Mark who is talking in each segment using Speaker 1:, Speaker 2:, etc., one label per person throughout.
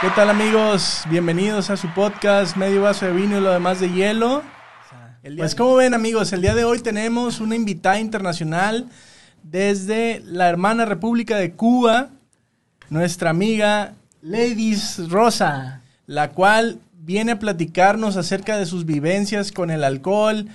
Speaker 1: ¿Qué tal amigos? Bienvenidos a su podcast Medio Vaso de Vino y lo demás de hielo. Pues como ven amigos, el día de hoy tenemos una invitada internacional desde la hermana República de Cuba, nuestra amiga Ladies Rosa, la cual viene a platicarnos acerca de sus vivencias con el alcohol,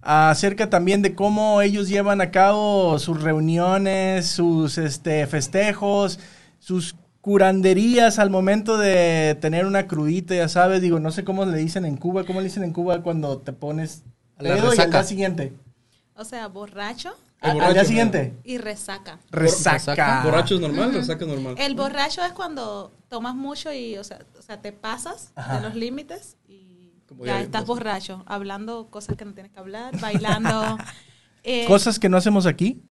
Speaker 1: acerca también de cómo ellos llevan a cabo sus reuniones, sus este, festejos, sus curanderías al momento de tener una crudita, ya sabes, digo, no sé cómo le dicen en Cuba, cómo le dicen en Cuba cuando te pones
Speaker 2: A la
Speaker 1: pedo y al
Speaker 2: resaca.
Speaker 1: día siguiente.
Speaker 3: O sea, borracho
Speaker 1: Al- Al,
Speaker 4: borracho,
Speaker 1: día
Speaker 4: ¿no?
Speaker 1: siguiente.
Speaker 3: y resaca.
Speaker 1: Resaca.
Speaker 4: ¿Borracho es normal? ¿Resaca es normal?
Speaker 2: Eh,
Speaker 3: El borracho es cuando tomas mucho y, o sea, o sea te pasas
Speaker 1: Ajá.
Speaker 3: de los límites y
Speaker 4: Como
Speaker 3: ya
Speaker 4: ya-
Speaker 3: estás borracho, hablando cosas que no tienes que hablar, bailando. eh,
Speaker 1: Cosas que no hacemos aquí.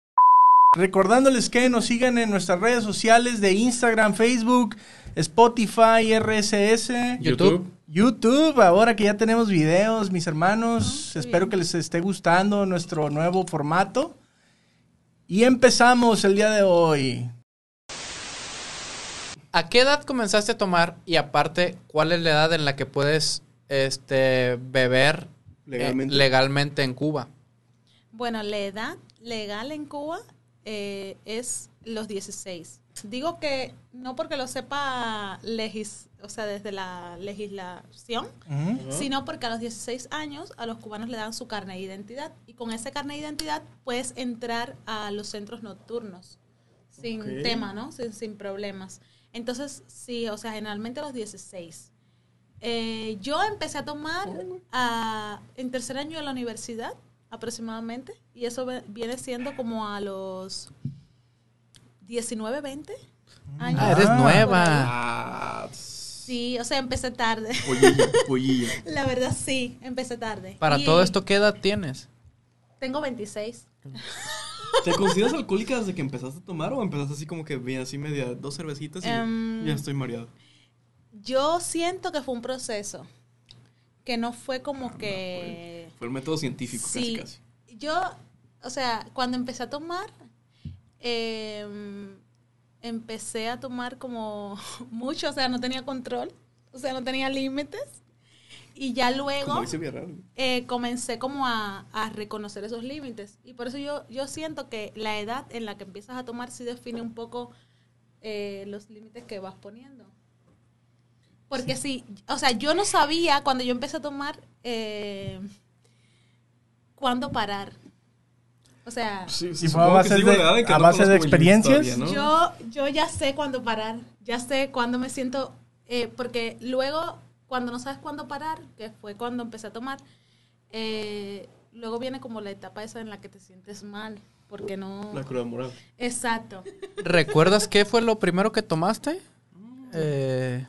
Speaker 1: Recordándoles que nos sigan en nuestras redes sociales de Instagram, Facebook, Spotify, RSS,
Speaker 4: YouTube.
Speaker 1: YouTube. Ahora que ya tenemos videos, mis hermanos,
Speaker 3: Ah, qué
Speaker 1: espero
Speaker 3: bien.
Speaker 1: que les esté gustando nuestro nuevo formato. Y empezamos el día de hoy.
Speaker 2: ¿A qué edad comenzaste a tomar? Y aparte, ¿cuál es la edad en la que puedes este, beber eh,
Speaker 4: Legalmente.
Speaker 2: legalmente en Cuba?
Speaker 3: Bueno, la edad legal en Cuba eh, es los 16. Digo que no porque lo sepa legis, o sea, desde la legislación,
Speaker 1: Ujú.
Speaker 4: Ajá.
Speaker 3: sino porque a los 16 años a los cubanos le dan su carnet de identidad y con ese carnet de identidad puedes entrar a los centros nocturnos sin
Speaker 4: Ok.
Speaker 3: tema, ¿no? Sin, sin problemas. Entonces, sí, o sea, generalmente a los 16. Eh, yo empecé a tomar a- en tercer año de la universidad aproximadamente y eso ve- viene siendo como a los 19, 20 años.
Speaker 2: Ah, eres
Speaker 3: por ahí.
Speaker 2: nueva.
Speaker 4: Ah,
Speaker 3: Sí, o sea, empecé tarde.
Speaker 4: pollillo, pollillo.
Speaker 3: La verdad sí, empecé tarde.
Speaker 2: Para
Speaker 3: Y
Speaker 2: todo esto, ¿qué edad tienes?
Speaker 3: Tengo 26.
Speaker 4: ¿Te consideras alcohólica desde que empezaste a tomar o empezaste así como que bien, así media, dos cervecitas y
Speaker 3: Em,
Speaker 4: ya estoy mareado?
Speaker 3: Yo siento que fue un proceso, que no fue como que...
Speaker 4: Fue el método científico casi
Speaker 3: Sí.
Speaker 4: casi.
Speaker 3: Yo, o sea, cuando empecé a tomar, em, empecé a tomar como mucho, o sea, no tenía control, o sea, no tenía límites. Y ya luego...
Speaker 4: Como dice Villarreal.
Speaker 3: eh, comencé como a, a reconocer esos límites. Y por eso yo, yo siento que la edad en la que empiezas a tomar sí define un poco eh, los límites que vas poniendo. Porque si, o sea, yo no sabía cuando yo empecé a tomar eh, cuándo parar. O sea,
Speaker 4: Sí,
Speaker 1: fue a base de- a base de experiencias.
Speaker 3: yo, yo ya sé cuándo parar, ya sé cuándo me siento, eh, porque luego cuando no sabes cuándo parar, que fue cuando empecé a tomar, eh, luego viene como la etapa esa en la que te sientes mal, porque no...
Speaker 4: La cruda moral.
Speaker 3: Exacto.
Speaker 2: ¿Recuerdas qué fue lo primero que tomaste? Eh,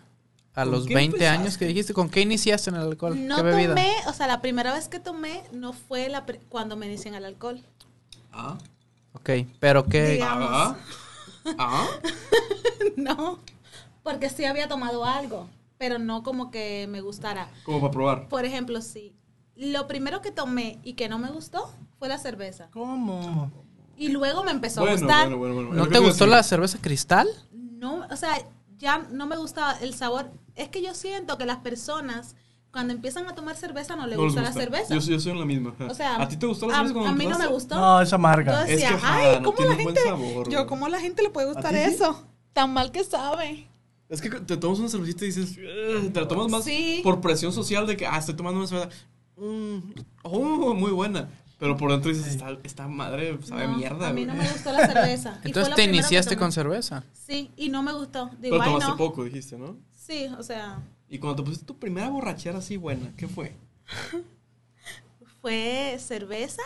Speaker 2: a
Speaker 4: ¿Con
Speaker 2: los
Speaker 4: qué
Speaker 2: 20
Speaker 4: empezaste?
Speaker 2: años que dijiste, ¿con qué iniciaste en el alcohol?
Speaker 3: No
Speaker 2: ¿Qué bebida?
Speaker 3: tomé, o sea, la primera vez que tomé no fue la pri- cuando me inician al alcohol.
Speaker 4: Ah.
Speaker 2: Ok, pero ¿qué,
Speaker 3: Diga.
Speaker 4: Ah.
Speaker 3: Digamos.
Speaker 4: Ah.
Speaker 3: no, porque sí había tomado algo, pero no como que me gustara.
Speaker 4: Como para probar.
Speaker 3: Por ejemplo, sí. Lo primero que tomé y que no me gustó fue la cerveza.
Speaker 1: ¿Cómo?
Speaker 3: Y luego me empezó a
Speaker 4: Bueno,
Speaker 3: gustar.
Speaker 4: bueno, bueno, bueno.
Speaker 2: ¿No
Speaker 4: Yo
Speaker 2: te
Speaker 4: creo que
Speaker 2: gustó
Speaker 4: sí.
Speaker 2: la cerveza cristal?
Speaker 3: No, o sea, ya no me gustaba el sabor. Es que yo siento que las personas cuando empiezan a tomar cerveza no les
Speaker 4: No les
Speaker 3: gusta, la cerveza.
Speaker 4: Yo, yo soy en la misma. ajá.
Speaker 3: o sea,
Speaker 4: ¿a ti te gustó la
Speaker 3: a-
Speaker 4: cerveza cuando
Speaker 3: A mí no me
Speaker 4: empezaste?
Speaker 3: gustó.
Speaker 1: No, es
Speaker 3: yo
Speaker 1: amarga.
Speaker 4: Es que,
Speaker 3: decía,
Speaker 4: ajá,
Speaker 3: ay,
Speaker 4: no
Speaker 3: ¿cómo
Speaker 4: tiene
Speaker 3: la
Speaker 4: buen
Speaker 3: gente?
Speaker 4: sabor, güey".
Speaker 3: yo, ¿cómo la gente le puede gustar
Speaker 4: ti sí?
Speaker 3: eso? Tan mal que sabe.
Speaker 4: Es que te tomas una cervecita y dices, "Ugh", te la tomas más
Speaker 3: Sí.
Speaker 4: por presión social de que, ah, estoy tomando una cerveza. Mm, oh, muy buena. Pero por dentro dices, esta, esta madre sabe
Speaker 3: No,
Speaker 4: mierda.
Speaker 3: A mí
Speaker 4: güey".
Speaker 3: no me gustó la cerveza. Y fue
Speaker 2: Entonces
Speaker 3: lo
Speaker 2: te
Speaker 3: primero que
Speaker 2: iniciaste con
Speaker 3: tomé.
Speaker 2: cerveza.
Speaker 3: Sí, y no me gustó. Digo,
Speaker 4: Pero
Speaker 3: ay,
Speaker 4: tomaste
Speaker 3: no.
Speaker 4: poco, dijiste, ¿no?
Speaker 3: Sí, o sea,
Speaker 4: Y cuando te pusiste tu primera borrachera así buena, ¿qué fue?
Speaker 3: fue cerveza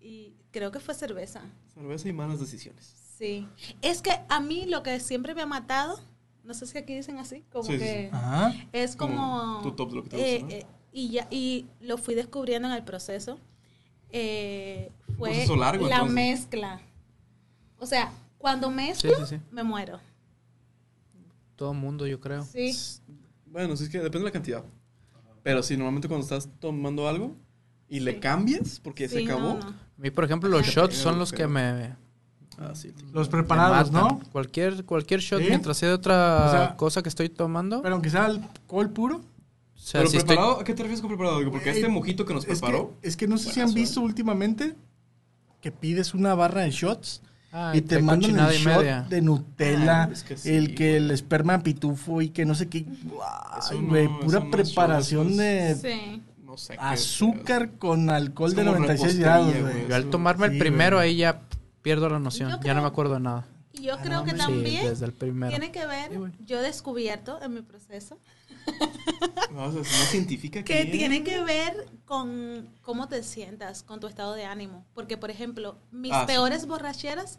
Speaker 3: y creo que fue cerveza.
Speaker 4: Cerveza y malas decisiones.
Speaker 3: Sí. Es que a mí lo que siempre me ha matado, no sé si aquí dicen así, como
Speaker 4: Sí, sí,
Speaker 3: que
Speaker 1: Ajá.
Speaker 3: es como...
Speaker 4: Como tu top, lo que te
Speaker 3: eh,
Speaker 4: gusta, ¿no?
Speaker 3: eh, y, ya, y lo fui descubriendo en el proceso. Eh, fue
Speaker 4: proceso largo,
Speaker 3: la
Speaker 4: entonces.
Speaker 3: mezcla. O sea, cuando
Speaker 2: Sí,
Speaker 3: mezclo,
Speaker 2: sí, sí.
Speaker 3: me muero.
Speaker 2: Todo mundo, yo creo.
Speaker 3: Sí.
Speaker 4: Bueno, sí, es que depende de la cantidad. Pero sí, normalmente cuando estás tomando algo y le cambias porque se
Speaker 3: Sí,
Speaker 4: acabó.
Speaker 3: no, no.
Speaker 2: A mí, por ejemplo, los shots
Speaker 4: pedo,
Speaker 2: son los
Speaker 4: pedo.
Speaker 2: que me,
Speaker 4: Ah, sí, te-
Speaker 1: Los
Speaker 2: Me
Speaker 1: preparados, ¿no?
Speaker 2: matan. Cualquier, cualquier shot
Speaker 1: ¿Sí?
Speaker 2: mientras sea de otra
Speaker 1: O sea-
Speaker 2: cosa que estoy tomando.
Speaker 1: Pero aunque sea alcohol puro.
Speaker 2: o sea,
Speaker 4: Pero
Speaker 2: si estoy-
Speaker 4: preparado, ¿a qué te refieres con preparado? Digo, Porque
Speaker 1: Eh,
Speaker 4: este mojito que nos
Speaker 1: Es que,
Speaker 4: preparó.
Speaker 1: es que no sé si
Speaker 4: Buenazo, ¿eh?
Speaker 1: han visto últimamente que pides una barra de shots
Speaker 2: Ay,
Speaker 1: y te
Speaker 2: qué
Speaker 1: mandan
Speaker 2: Ah, cochinada
Speaker 1: el
Speaker 2: y
Speaker 1: shot
Speaker 2: media.
Speaker 1: de Nutella,
Speaker 4: Ay, Ah, es que sí,
Speaker 1: el que el esperma pitufo y que no sé qué. Ay,
Speaker 4: Eso no,
Speaker 1: güey,
Speaker 4: eso
Speaker 1: pura
Speaker 4: no es shot, eso
Speaker 1: preparación de
Speaker 3: Sí.
Speaker 4: No sé. qué-
Speaker 1: azúcar con alcohol
Speaker 4: Es
Speaker 1: de
Speaker 4: como
Speaker 1: 96
Speaker 4: repostería,
Speaker 1: grados,
Speaker 4: güey.
Speaker 1: güey.
Speaker 2: Yo al tomarme
Speaker 1: Sí,
Speaker 2: el primero
Speaker 1: güey.
Speaker 2: ahí ya pierdo la
Speaker 3: Yo
Speaker 2: noción. Ya
Speaker 3: creo-
Speaker 2: no me acuerdo de nada.
Speaker 3: Y yo
Speaker 1: Ah,
Speaker 3: creo
Speaker 1: no,
Speaker 3: que
Speaker 1: hombre.
Speaker 2: Sí,
Speaker 3: también
Speaker 2: desde el primero.
Speaker 3: tiene que ver,
Speaker 2: Sí, güey.
Speaker 3: yo he descubierto en mi proceso,
Speaker 4: No, o sea, no científica
Speaker 3: que
Speaker 4: ¿qué?
Speaker 3: tiene que ver con cómo te sientas, con tu estado de ánimo. Porque, por ejemplo, mis
Speaker 4: Ah, sí.
Speaker 3: peores borracheras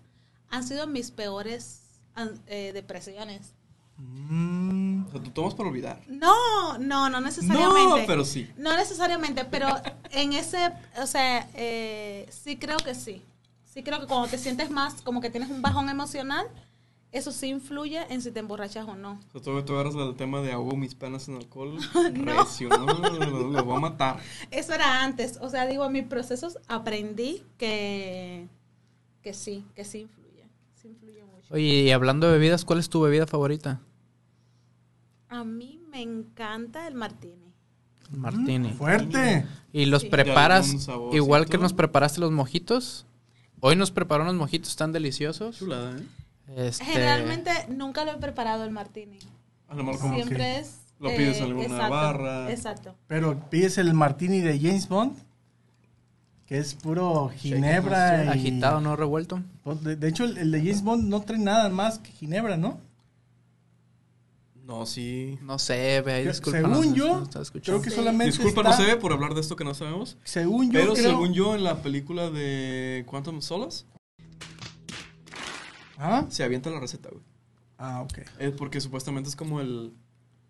Speaker 3: han sido mis peores an- eh, depresiones.
Speaker 1: Mm,
Speaker 4: O sea, tú tomas para olvidar.
Speaker 3: No, no, no
Speaker 4: No,
Speaker 3: necesariamente.
Speaker 4: pero sí.
Speaker 3: No necesariamente, pero en ese, o sea, eh, sí creo que sí. Sí creo que cuando te sientes más, como que tienes un bajón emocional, eso sí influye en si te emborrachas o no.
Speaker 4: O sea, tú, tú agarras el tema de agua, mis panas en alcohol. Recio, no, no, no, no, lo voy a matar.
Speaker 3: Eso era antes, o sea, digo, en mis procesos aprendí que, que sí, que sí influye. Sí influye mucho.
Speaker 2: Oye, y hablando de bebidas, ¿cuál es tu bebida favorita?
Speaker 3: A mí me encanta el martini.
Speaker 1: Mm,
Speaker 2: El Martini.
Speaker 1: fuerte.
Speaker 2: ¿Y los
Speaker 3: Sí.
Speaker 4: ¿De algún
Speaker 2: preparas
Speaker 4: saborcito?
Speaker 2: igual que nos preparaste los mojitos? Hoy nos preparó unos mojitos tan deliciosos.
Speaker 4: Chulada, ¿eh?
Speaker 2: Este,
Speaker 3: Generalmente nunca lo he preparado el martini.
Speaker 4: A lo mejor como
Speaker 1: Sí.
Speaker 3: Siempre
Speaker 1: que
Speaker 3: es...
Speaker 4: lo pides en alguna
Speaker 3: exacto,
Speaker 4: barra.
Speaker 3: Exacto.
Speaker 1: Pero pides el martini de James Bond, que es puro ginebra. y- pues,
Speaker 2: agitado, no revuelto.
Speaker 1: De, de hecho, el, el de James Bond no trae nada más que ginebra, ¿no?
Speaker 4: No, sí.
Speaker 2: No sé, ve, ahí
Speaker 1: Yo-
Speaker 2: disculpa.
Speaker 1: según
Speaker 2: no-
Speaker 1: yo,
Speaker 2: no estaba escuchando.
Speaker 1: Creo que
Speaker 3: Sí.
Speaker 1: solamente
Speaker 4: Disculpa,
Speaker 1: Pues está-
Speaker 4: no se ve por hablar de esto que no sabemos.
Speaker 1: Según yo
Speaker 4: Pero
Speaker 1: creo-
Speaker 4: según yo, en la película de Quantum Solas,
Speaker 1: ¿Ah?
Speaker 4: se avienta la receta, güey.
Speaker 1: ah, ok.
Speaker 4: Es porque supuestamente es como el.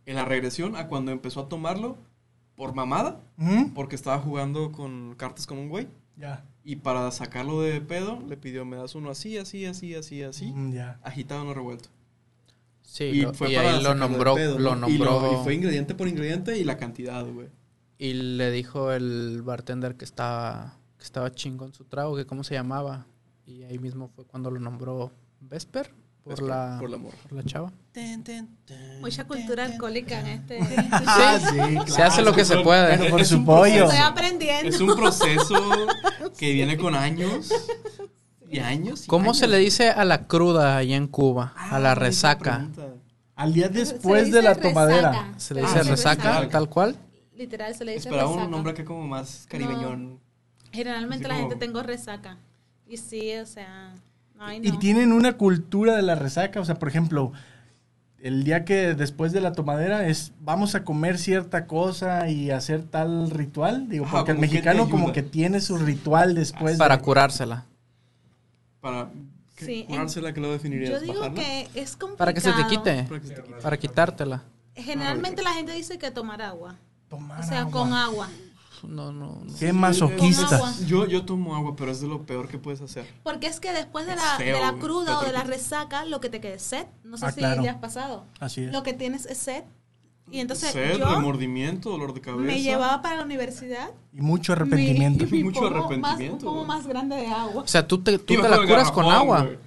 Speaker 4: En la regresión a cuando empezó a tomarlo por mamada,
Speaker 1: Ujú,
Speaker 4: porque estaba jugando con cartas con un güey.
Speaker 1: ¿Mm? Ya.
Speaker 4: Y para sacarlo de pedo, le pidió: Me das uno así, así, así, así, así.
Speaker 1: Mm, ya.
Speaker 4: Agitado, no revuelto.
Speaker 2: Sí, lo- y, ahí lo
Speaker 4: sacarlo de
Speaker 2: nombró,
Speaker 4: pedo,
Speaker 2: lo
Speaker 4: ¿no? Y
Speaker 2: nombró.
Speaker 4: Y, fue ingrediente por ingrediente y la cantidad, güey.
Speaker 2: Y le dijo el bartender que estaba, que estaba chingón su trago, que cómo se llamaba. Y ahí mismo fue cuando lo nombró Vesper por,
Speaker 4: Vesper,
Speaker 2: la, Pues
Speaker 4: por la morra.
Speaker 2: por la chava.
Speaker 3: Mucha cultura alcohólica en este.
Speaker 1: Ah, sí, claro.
Speaker 2: Se hace lo que se puede.
Speaker 1: Bueno, por
Speaker 4: Es
Speaker 1: su
Speaker 4: un proceso.
Speaker 1: pollo.
Speaker 3: Estoy aprendiendo.
Speaker 4: Es un proceso que viene con años y años. y
Speaker 2: ¿Cómo
Speaker 4: años.
Speaker 2: se le dice a la cruda allá en Cuba?
Speaker 4: Ah,
Speaker 2: a la
Speaker 4: esa
Speaker 2: resaca.
Speaker 4: pregunta.
Speaker 1: Al día
Speaker 3: Se
Speaker 1: después
Speaker 3: dice
Speaker 1: de la
Speaker 3: resaca.
Speaker 1: tomadera.
Speaker 2: Se le
Speaker 4: Ah,
Speaker 2: dice
Speaker 4: sí,
Speaker 2: resaca,
Speaker 4: resaca.
Speaker 2: tal cual.
Speaker 3: Literal, se le dice
Speaker 4: Esperaba
Speaker 3: resaca.
Speaker 4: un nombre acá como más caribeñón.
Speaker 3: Generalmente
Speaker 4: así
Speaker 3: la
Speaker 4: como-
Speaker 3: gente tengo resaca. Y sí, o sea. Ay,
Speaker 1: Y
Speaker 3: no.
Speaker 1: tienen una cultura de la resaca. O sea, por ejemplo, el día que después de la tomadera es vamos a comer cierta cosa y hacer tal ritual. Digo,
Speaker 4: Ajá,
Speaker 1: porque
Speaker 4: Ah,
Speaker 1: el
Speaker 4: como que te
Speaker 1: mexicano como
Speaker 4: ayuda.
Speaker 1: que tiene su ritual
Speaker 4: Pues
Speaker 1: después.
Speaker 2: para
Speaker 1: de-
Speaker 2: curársela.
Speaker 4: Para que-
Speaker 3: Sí, en-
Speaker 4: curársela, que lo definirías.
Speaker 3: Yo digo
Speaker 4: ¿Bajarla?
Speaker 3: que es complicado.
Speaker 2: Para que se te quite.
Speaker 4: Para que se te quite.
Speaker 2: Para quitártela.
Speaker 3: Generalmente la gente dice que tomar agua.
Speaker 1: tomar
Speaker 3: O sea,
Speaker 1: agua.
Speaker 3: con agua.
Speaker 2: No, no, no.
Speaker 1: Qué
Speaker 3: Con agua.
Speaker 1: masoquistas.
Speaker 4: Yo, yo tomo agua, pero es de lo peor que puedes hacer.
Speaker 3: Porque es que después de
Speaker 4: Es
Speaker 3: la, de
Speaker 4: feo,
Speaker 3: la
Speaker 4: güey.
Speaker 3: cruda o de la
Speaker 4: Pero-
Speaker 3: resaca, lo que te quede es sed. No sé
Speaker 1: Ah,
Speaker 3: si
Speaker 1: claro.
Speaker 3: te has pasado.
Speaker 1: Así es.
Speaker 3: Lo que tienes es sed. Y entonces
Speaker 4: Sed,
Speaker 3: yo
Speaker 4: remordimiento, dolor de cabeza.
Speaker 3: me llevaba para la universidad.
Speaker 1: Y mucho arrepentimiento.
Speaker 3: mi- mi
Speaker 4: Mucho
Speaker 3: pomo más-
Speaker 4: arrepentimiento,
Speaker 3: un pomo
Speaker 4: güey.
Speaker 3: más grande de agua.
Speaker 2: O sea, tú te, tú
Speaker 4: Iba
Speaker 2: te la
Speaker 4: con el
Speaker 2: curas con
Speaker 4: garrafón,
Speaker 2: agua.
Speaker 4: güey.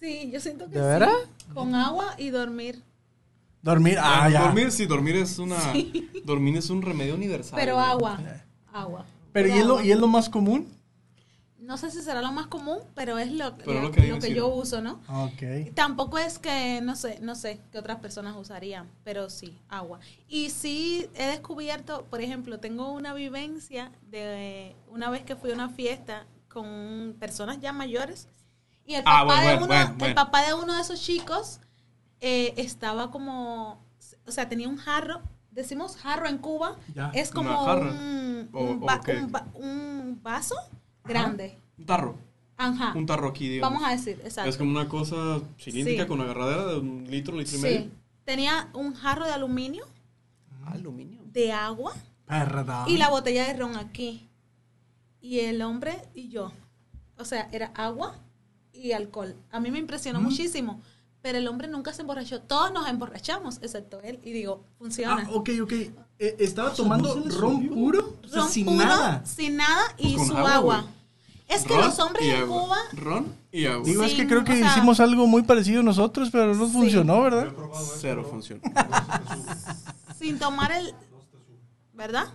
Speaker 3: Sí, yo siento que
Speaker 2: ¿De
Speaker 3: sí.
Speaker 2: veras?
Speaker 3: Con agua y dormir.
Speaker 1: Dormir. Ah, ya.
Speaker 4: Dormir, sí, dormir es una. Dormir es un remedio universal.
Speaker 3: Pero
Speaker 4: güey.
Speaker 3: agua. Agua.
Speaker 1: Pero ¿y es, lo,
Speaker 3: agua.
Speaker 1: ¿y es lo más común?
Speaker 3: No sé si será lo más común, pero es lo,
Speaker 4: Pero
Speaker 3: lo-
Speaker 4: lo que digo
Speaker 3: lo que
Speaker 4: sirve.
Speaker 3: yo uso, ¿no?
Speaker 1: Ok.
Speaker 3: Tampoco es que, no sé, no sé qué otras personas usarían, pero sí, agua. Y sí he descubierto, por ejemplo, tengo una vivencia de una vez que fui a una fiesta con personas ya mayores y el
Speaker 4: Ah,
Speaker 3: papá,
Speaker 4: bueno,
Speaker 3: de,
Speaker 4: bueno,
Speaker 3: uno,
Speaker 4: bueno,
Speaker 3: el
Speaker 4: bueno.
Speaker 3: papá de uno de esos chicos eh, estaba como, o sea, tenía un jarro, decimos jarro en Cuba,
Speaker 1: Ya.
Speaker 3: es como
Speaker 4: Ah, Una jarra.
Speaker 3: un,
Speaker 4: O-
Speaker 3: un
Speaker 4: o
Speaker 3: va-
Speaker 4: qué.
Speaker 3: un va- un vaso grande.
Speaker 4: Un tarro.
Speaker 3: Ajá.
Speaker 4: Un tarro aquí, digamos.
Speaker 3: Vamos a decir, exacto.
Speaker 4: Es como una cosa cilíndrica
Speaker 3: Sí.
Speaker 4: con agarradera de un litro, litro y medio.
Speaker 3: Sí. Tenía un jarro de aluminio,
Speaker 2: Ah,
Speaker 1: Mm.
Speaker 4: Aluminio.
Speaker 3: de agua
Speaker 1: Perdón.
Speaker 3: y la botella de ron aquí. Y el hombre y yo. O sea, era agua y alcohol. A mí me
Speaker 4: Mm.
Speaker 3: impresionó muchísimo. Pero el hombre nunca se emborrachó. Todos nos emborrachamos, excepto él. Y digo, funciona.
Speaker 1: Ah, ok, ok. Eh, estaba
Speaker 4: sea,
Speaker 1: tomando
Speaker 4: ¿no se les
Speaker 1: ron
Speaker 4: subió?
Speaker 1: puro, o sea,
Speaker 3: Ron
Speaker 1: sin
Speaker 3: puro,
Speaker 1: nada.
Speaker 3: sin nada y
Speaker 4: Pues con
Speaker 3: su
Speaker 4: agua,
Speaker 3: agua.
Speaker 4: güey.
Speaker 3: Es que
Speaker 4: Ron
Speaker 3: los hombres
Speaker 4: y
Speaker 3: en
Speaker 4: agua.
Speaker 3: Cuba.
Speaker 4: Ron y agua.
Speaker 1: Digo, es
Speaker 3: Sí,
Speaker 1: que creo que
Speaker 3: o sea-
Speaker 1: hicimos algo muy parecido nosotros, pero no
Speaker 3: Sí.
Speaker 1: funcionó,
Speaker 5: Yo he
Speaker 1: ¿verdad?
Speaker 5: probado eso,
Speaker 4: Cero
Speaker 5: pero
Speaker 4: función.
Speaker 3: sin tomar el, ¿verdad?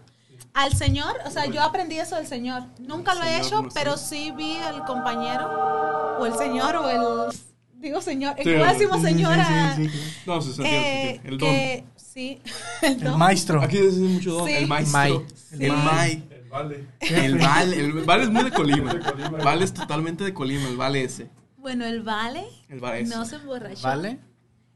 Speaker 3: Al Señor, o sea, yo aprendí eso del Señor. Nunca lo he
Speaker 4: Señor,
Speaker 3: hecho,
Speaker 4: no sé.
Speaker 3: pero sí vi al compañero, o el Señor, o el, digo señor, en
Speaker 4: Sí,
Speaker 3: Cuba
Speaker 4: sí,
Speaker 3: decimos señora.
Speaker 1: Sí, sí, sí, sí.
Speaker 4: No, se sentía, se
Speaker 3: eh,
Speaker 4: sentía. El don.
Speaker 3: que, sí, el
Speaker 1: El
Speaker 3: don.
Speaker 1: maestro.
Speaker 4: Aquí es mucho don.
Speaker 3: Sí.
Speaker 4: El maestro.
Speaker 2: Mai.
Speaker 4: El mai.
Speaker 5: El vale.
Speaker 4: El vale. El vale es muy de Colima.
Speaker 5: Es de Colima.
Speaker 4: Vale es totalmente de Colima. El vale ese.
Speaker 3: Bueno, el vale
Speaker 4: El vale ese.
Speaker 3: no se emborrachó.
Speaker 2: ¿Vale?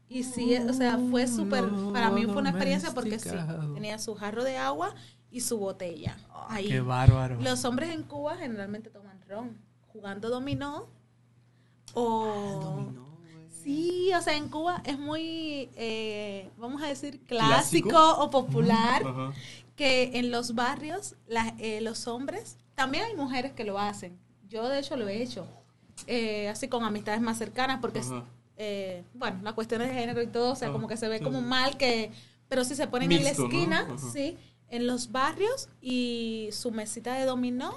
Speaker 3: Y sí, o sea, fue súper,
Speaker 2: No
Speaker 3: para mí fue una experiencia porque sí,
Speaker 2: domesticado.
Speaker 3: tenía su jarro de agua y su botella. Ahí.
Speaker 1: Qué bárbaro.
Speaker 3: Los hombres en Cuba generalmente toman ron, jugando dominó o... Sí, o sea, en Cuba es muy, eh, vamos a decir, clásico,
Speaker 4: ¿Clásico?
Speaker 3: o popular
Speaker 4: Ajá.
Speaker 3: que en los barrios las, eh, los hombres, también hay mujeres que lo hacen. Yo de hecho lo he hecho, eh, así con amistades más cercanas, porque,
Speaker 4: Ajá.
Speaker 3: eh, bueno, la cuestión de género y todo, o sea,
Speaker 4: Ah,
Speaker 3: como que se ve
Speaker 4: sí,
Speaker 3: como
Speaker 4: sí.
Speaker 3: mal que, pero si se ponen en
Speaker 4: Mixto,
Speaker 3: la
Speaker 4: ¿no?
Speaker 3: esquina,
Speaker 4: Ajá.
Speaker 3: sí, en los barrios y su mesita de dominó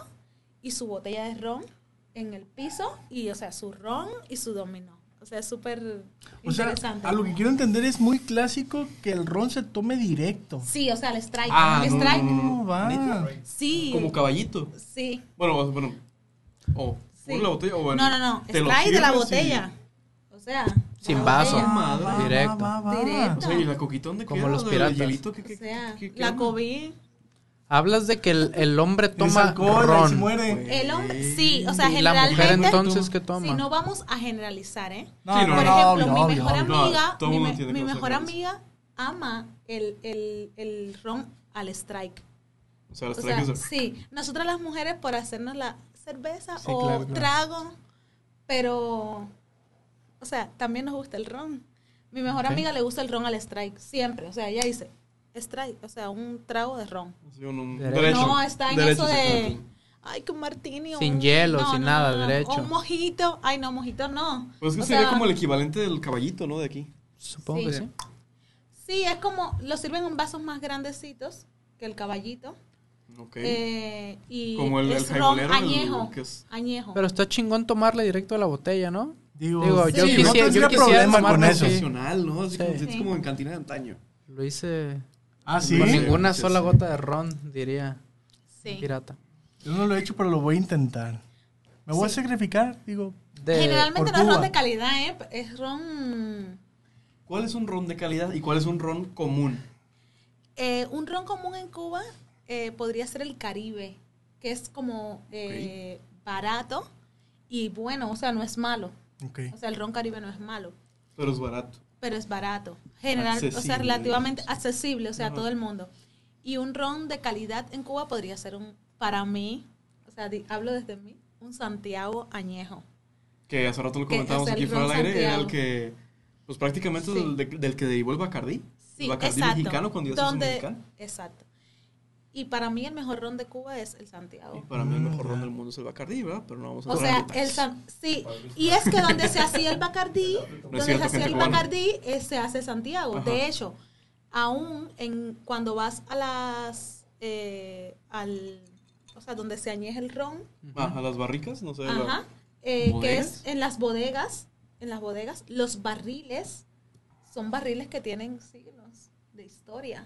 Speaker 3: y su botella de ron en el piso y, o sea, su ron y su dominó. O sea, es súper
Speaker 1: O sea,
Speaker 3: interesante.
Speaker 1: a lo que quiero entender es muy clásico que el ron se tome directo.
Speaker 3: Sí, o sea, el strike.
Speaker 4: Ah,
Speaker 3: el
Speaker 4: no,
Speaker 3: strike.
Speaker 4: no, no,
Speaker 1: No, va.
Speaker 4: ¿Neta?
Speaker 3: Sí.
Speaker 4: Como caballito.
Speaker 3: Sí.
Speaker 4: Bueno, o- bueno. O
Speaker 3: Sí.
Speaker 4: por la botella o bueno.
Speaker 3: No, no, no.
Speaker 4: te lo
Speaker 3: Strike de la
Speaker 4: sirves y-
Speaker 3: botella. O sea.
Speaker 2: Sin
Speaker 3: la
Speaker 2: vaso.
Speaker 3: botella.
Speaker 4: Ah,
Speaker 1: Va,
Speaker 4: madre.
Speaker 2: Directo.
Speaker 1: va, va, va.
Speaker 4: O
Speaker 3: Directo.
Speaker 4: sea, ¿y la coquitón de
Speaker 2: Como
Speaker 4: qué?
Speaker 2: los
Speaker 4: ¿De- de
Speaker 2: piratas.
Speaker 4: hielito? ¿Qué-
Speaker 3: O
Speaker 4: qué-
Speaker 3: sea,
Speaker 4: qué- qué
Speaker 3: la
Speaker 4: onda?
Speaker 3: COVID.
Speaker 2: Hablas de que el, el hombre
Speaker 1: Tienes
Speaker 2: toma
Speaker 1: alcohol, ahí se
Speaker 2: ron.
Speaker 1: muere.
Speaker 3: El hombre,
Speaker 4: Eh,
Speaker 3: sí, o sea,
Speaker 2: ¿Y la
Speaker 3: generalmente.
Speaker 2: mujer entonces qué toma?
Speaker 3: Si no vamos a generalizar, ¿eh?
Speaker 1: No,
Speaker 4: Sí,
Speaker 1: no,
Speaker 3: Por
Speaker 1: no,
Speaker 3: ejemplo,
Speaker 1: obvio,
Speaker 3: mi
Speaker 1: obvio,
Speaker 3: mejor
Speaker 1: obvio.
Speaker 4: obvio.
Speaker 3: amiga,
Speaker 4: No, todo
Speaker 3: mi,
Speaker 4: mundo
Speaker 3: me-
Speaker 4: tiene
Speaker 3: mi
Speaker 4: cosas
Speaker 3: mejor
Speaker 4: raras.
Speaker 3: amiga ama el, el, el ron al strike.
Speaker 4: O sea, las
Speaker 3: O sea,
Speaker 4: trajes de-
Speaker 3: sí, nosotras las mujeres por hacernos la cerveza
Speaker 2: Sí,
Speaker 3: o
Speaker 2: claro, claro.
Speaker 3: trago, pero, o sea, también nos gusta el ron. Mi mejor
Speaker 2: Ok.
Speaker 3: amiga le gusta el ron al strike, siempre. O sea, ella dice, strike, o sea, un trago de ron.
Speaker 4: sí, un- un
Speaker 2: Derecho.
Speaker 4: derecho.
Speaker 3: No, está en
Speaker 4: Derecho,
Speaker 3: eso de,
Speaker 4: exactamente.
Speaker 3: ay, que un martini. o
Speaker 2: Sin
Speaker 3: un-
Speaker 2: hielo, sin nada, derecho.
Speaker 3: O un mojito, ay, no, mojito no.
Speaker 4: Pues es que
Speaker 3: O
Speaker 4: sería
Speaker 3: sea,
Speaker 4: como el equivalente del caballito, ¿no? De aquí.
Speaker 2: Supongo
Speaker 3: Sí.
Speaker 2: que sí.
Speaker 3: Sí, es como, lo sirven en vasos más grandecitos que el caballito.
Speaker 4: Ok.
Speaker 3: eh, y
Speaker 4: Como el-
Speaker 3: es
Speaker 4: el
Speaker 3: ron
Speaker 4: jaibolero, el-
Speaker 3: añejo.
Speaker 4: que es-
Speaker 3: añejo.
Speaker 2: Pero está chingón tomarle directo a la botella, ¿no?
Speaker 1: Digo,
Speaker 2: Digo, yo
Speaker 1: sí,
Speaker 2: quisiera-
Speaker 1: no
Speaker 2: yo
Speaker 1: tendría
Speaker 2: quisiera
Speaker 1: problema con
Speaker 2: tomarme
Speaker 1: eso.
Speaker 2: así.
Speaker 4: Profesional, ¿no? Así como,
Speaker 2: Sí.
Speaker 4: es como en cantina de antaño.
Speaker 2: Lo hice
Speaker 1: Ah, sí.
Speaker 2: con
Speaker 4: Sí,
Speaker 2: ninguna
Speaker 4: sí,
Speaker 2: sola
Speaker 4: sí.
Speaker 2: gota de ron, diría
Speaker 3: sí.
Speaker 2: pirata.
Speaker 1: Yo no lo he hecho, pero lo voy a intentar. Me voy a sacrificar, digo.
Speaker 2: De,
Speaker 3: Generalmente
Speaker 1: por
Speaker 3: no es ron
Speaker 1: Cuba.
Speaker 3: de calidad, ¿eh? Es ron...
Speaker 4: ¿Cuál es un ron de calidad y cuál es un ron común?
Speaker 3: eh, un ron común en Cuba eh, podría ser el Caribe, que es como eh, barato y bueno, o sea, no es malo.
Speaker 1: Ok.
Speaker 3: O sea, el ron Caribe no es malo,
Speaker 4: Pero es barato.
Speaker 3: pero es barato. General, o sea,
Speaker 4: Accesible,
Speaker 3: relativamente
Speaker 4: digamos.
Speaker 3: accesible, o sea, a
Speaker 4: Ajá.
Speaker 3: todo el mundo. Y un ron de calidad en Cuba podría ser un, para mí, o sea, di- hablo desde mí, un Santiago añejo.
Speaker 4: Que hace rato lo
Speaker 3: Que, o
Speaker 4: comentábamos
Speaker 3: sea, el
Speaker 4: aquí fuera del
Speaker 3: ron
Speaker 4: aire. Era el
Speaker 3: Santiago.
Speaker 4: que, pues prácticamente es
Speaker 3: Sí.
Speaker 4: el de- del que derivó el Bacardí.
Speaker 3: Sí,
Speaker 4: el Bacardí
Speaker 3: exacto.
Speaker 4: mexicano cuando ya se hizo
Speaker 3: Donde-
Speaker 4: mexicano.
Speaker 3: Exacto. Y para mí el mejor ron de Cuba es el Santiago.
Speaker 4: Y para mí el mejor
Speaker 1: Mm.
Speaker 4: ron del mundo es el Bacardí, ¿verdad? Pero no vamos a
Speaker 3: O
Speaker 4: entrar
Speaker 3: sea,
Speaker 4: en
Speaker 3: el
Speaker 4: detalles.
Speaker 3: San- sí, y es que donde se hacía el Bacardí, donde se
Speaker 4: cierto,
Speaker 3: hacía
Speaker 4: gente
Speaker 3: el
Speaker 4: cubana.
Speaker 3: Bacardí, eh, se hace Santiago.
Speaker 4: Ajá.
Speaker 3: De hecho, aún en cuando vas a las eh, al o sea, donde se añeja el ron,
Speaker 4: Ajá, Ah, las barricas, no sé. la-
Speaker 3: ajá, eh, que
Speaker 4: ¿Bodegas?
Speaker 3: es en las bodegas, en las bodegas los barriles son barriles que tienen siglos de historia.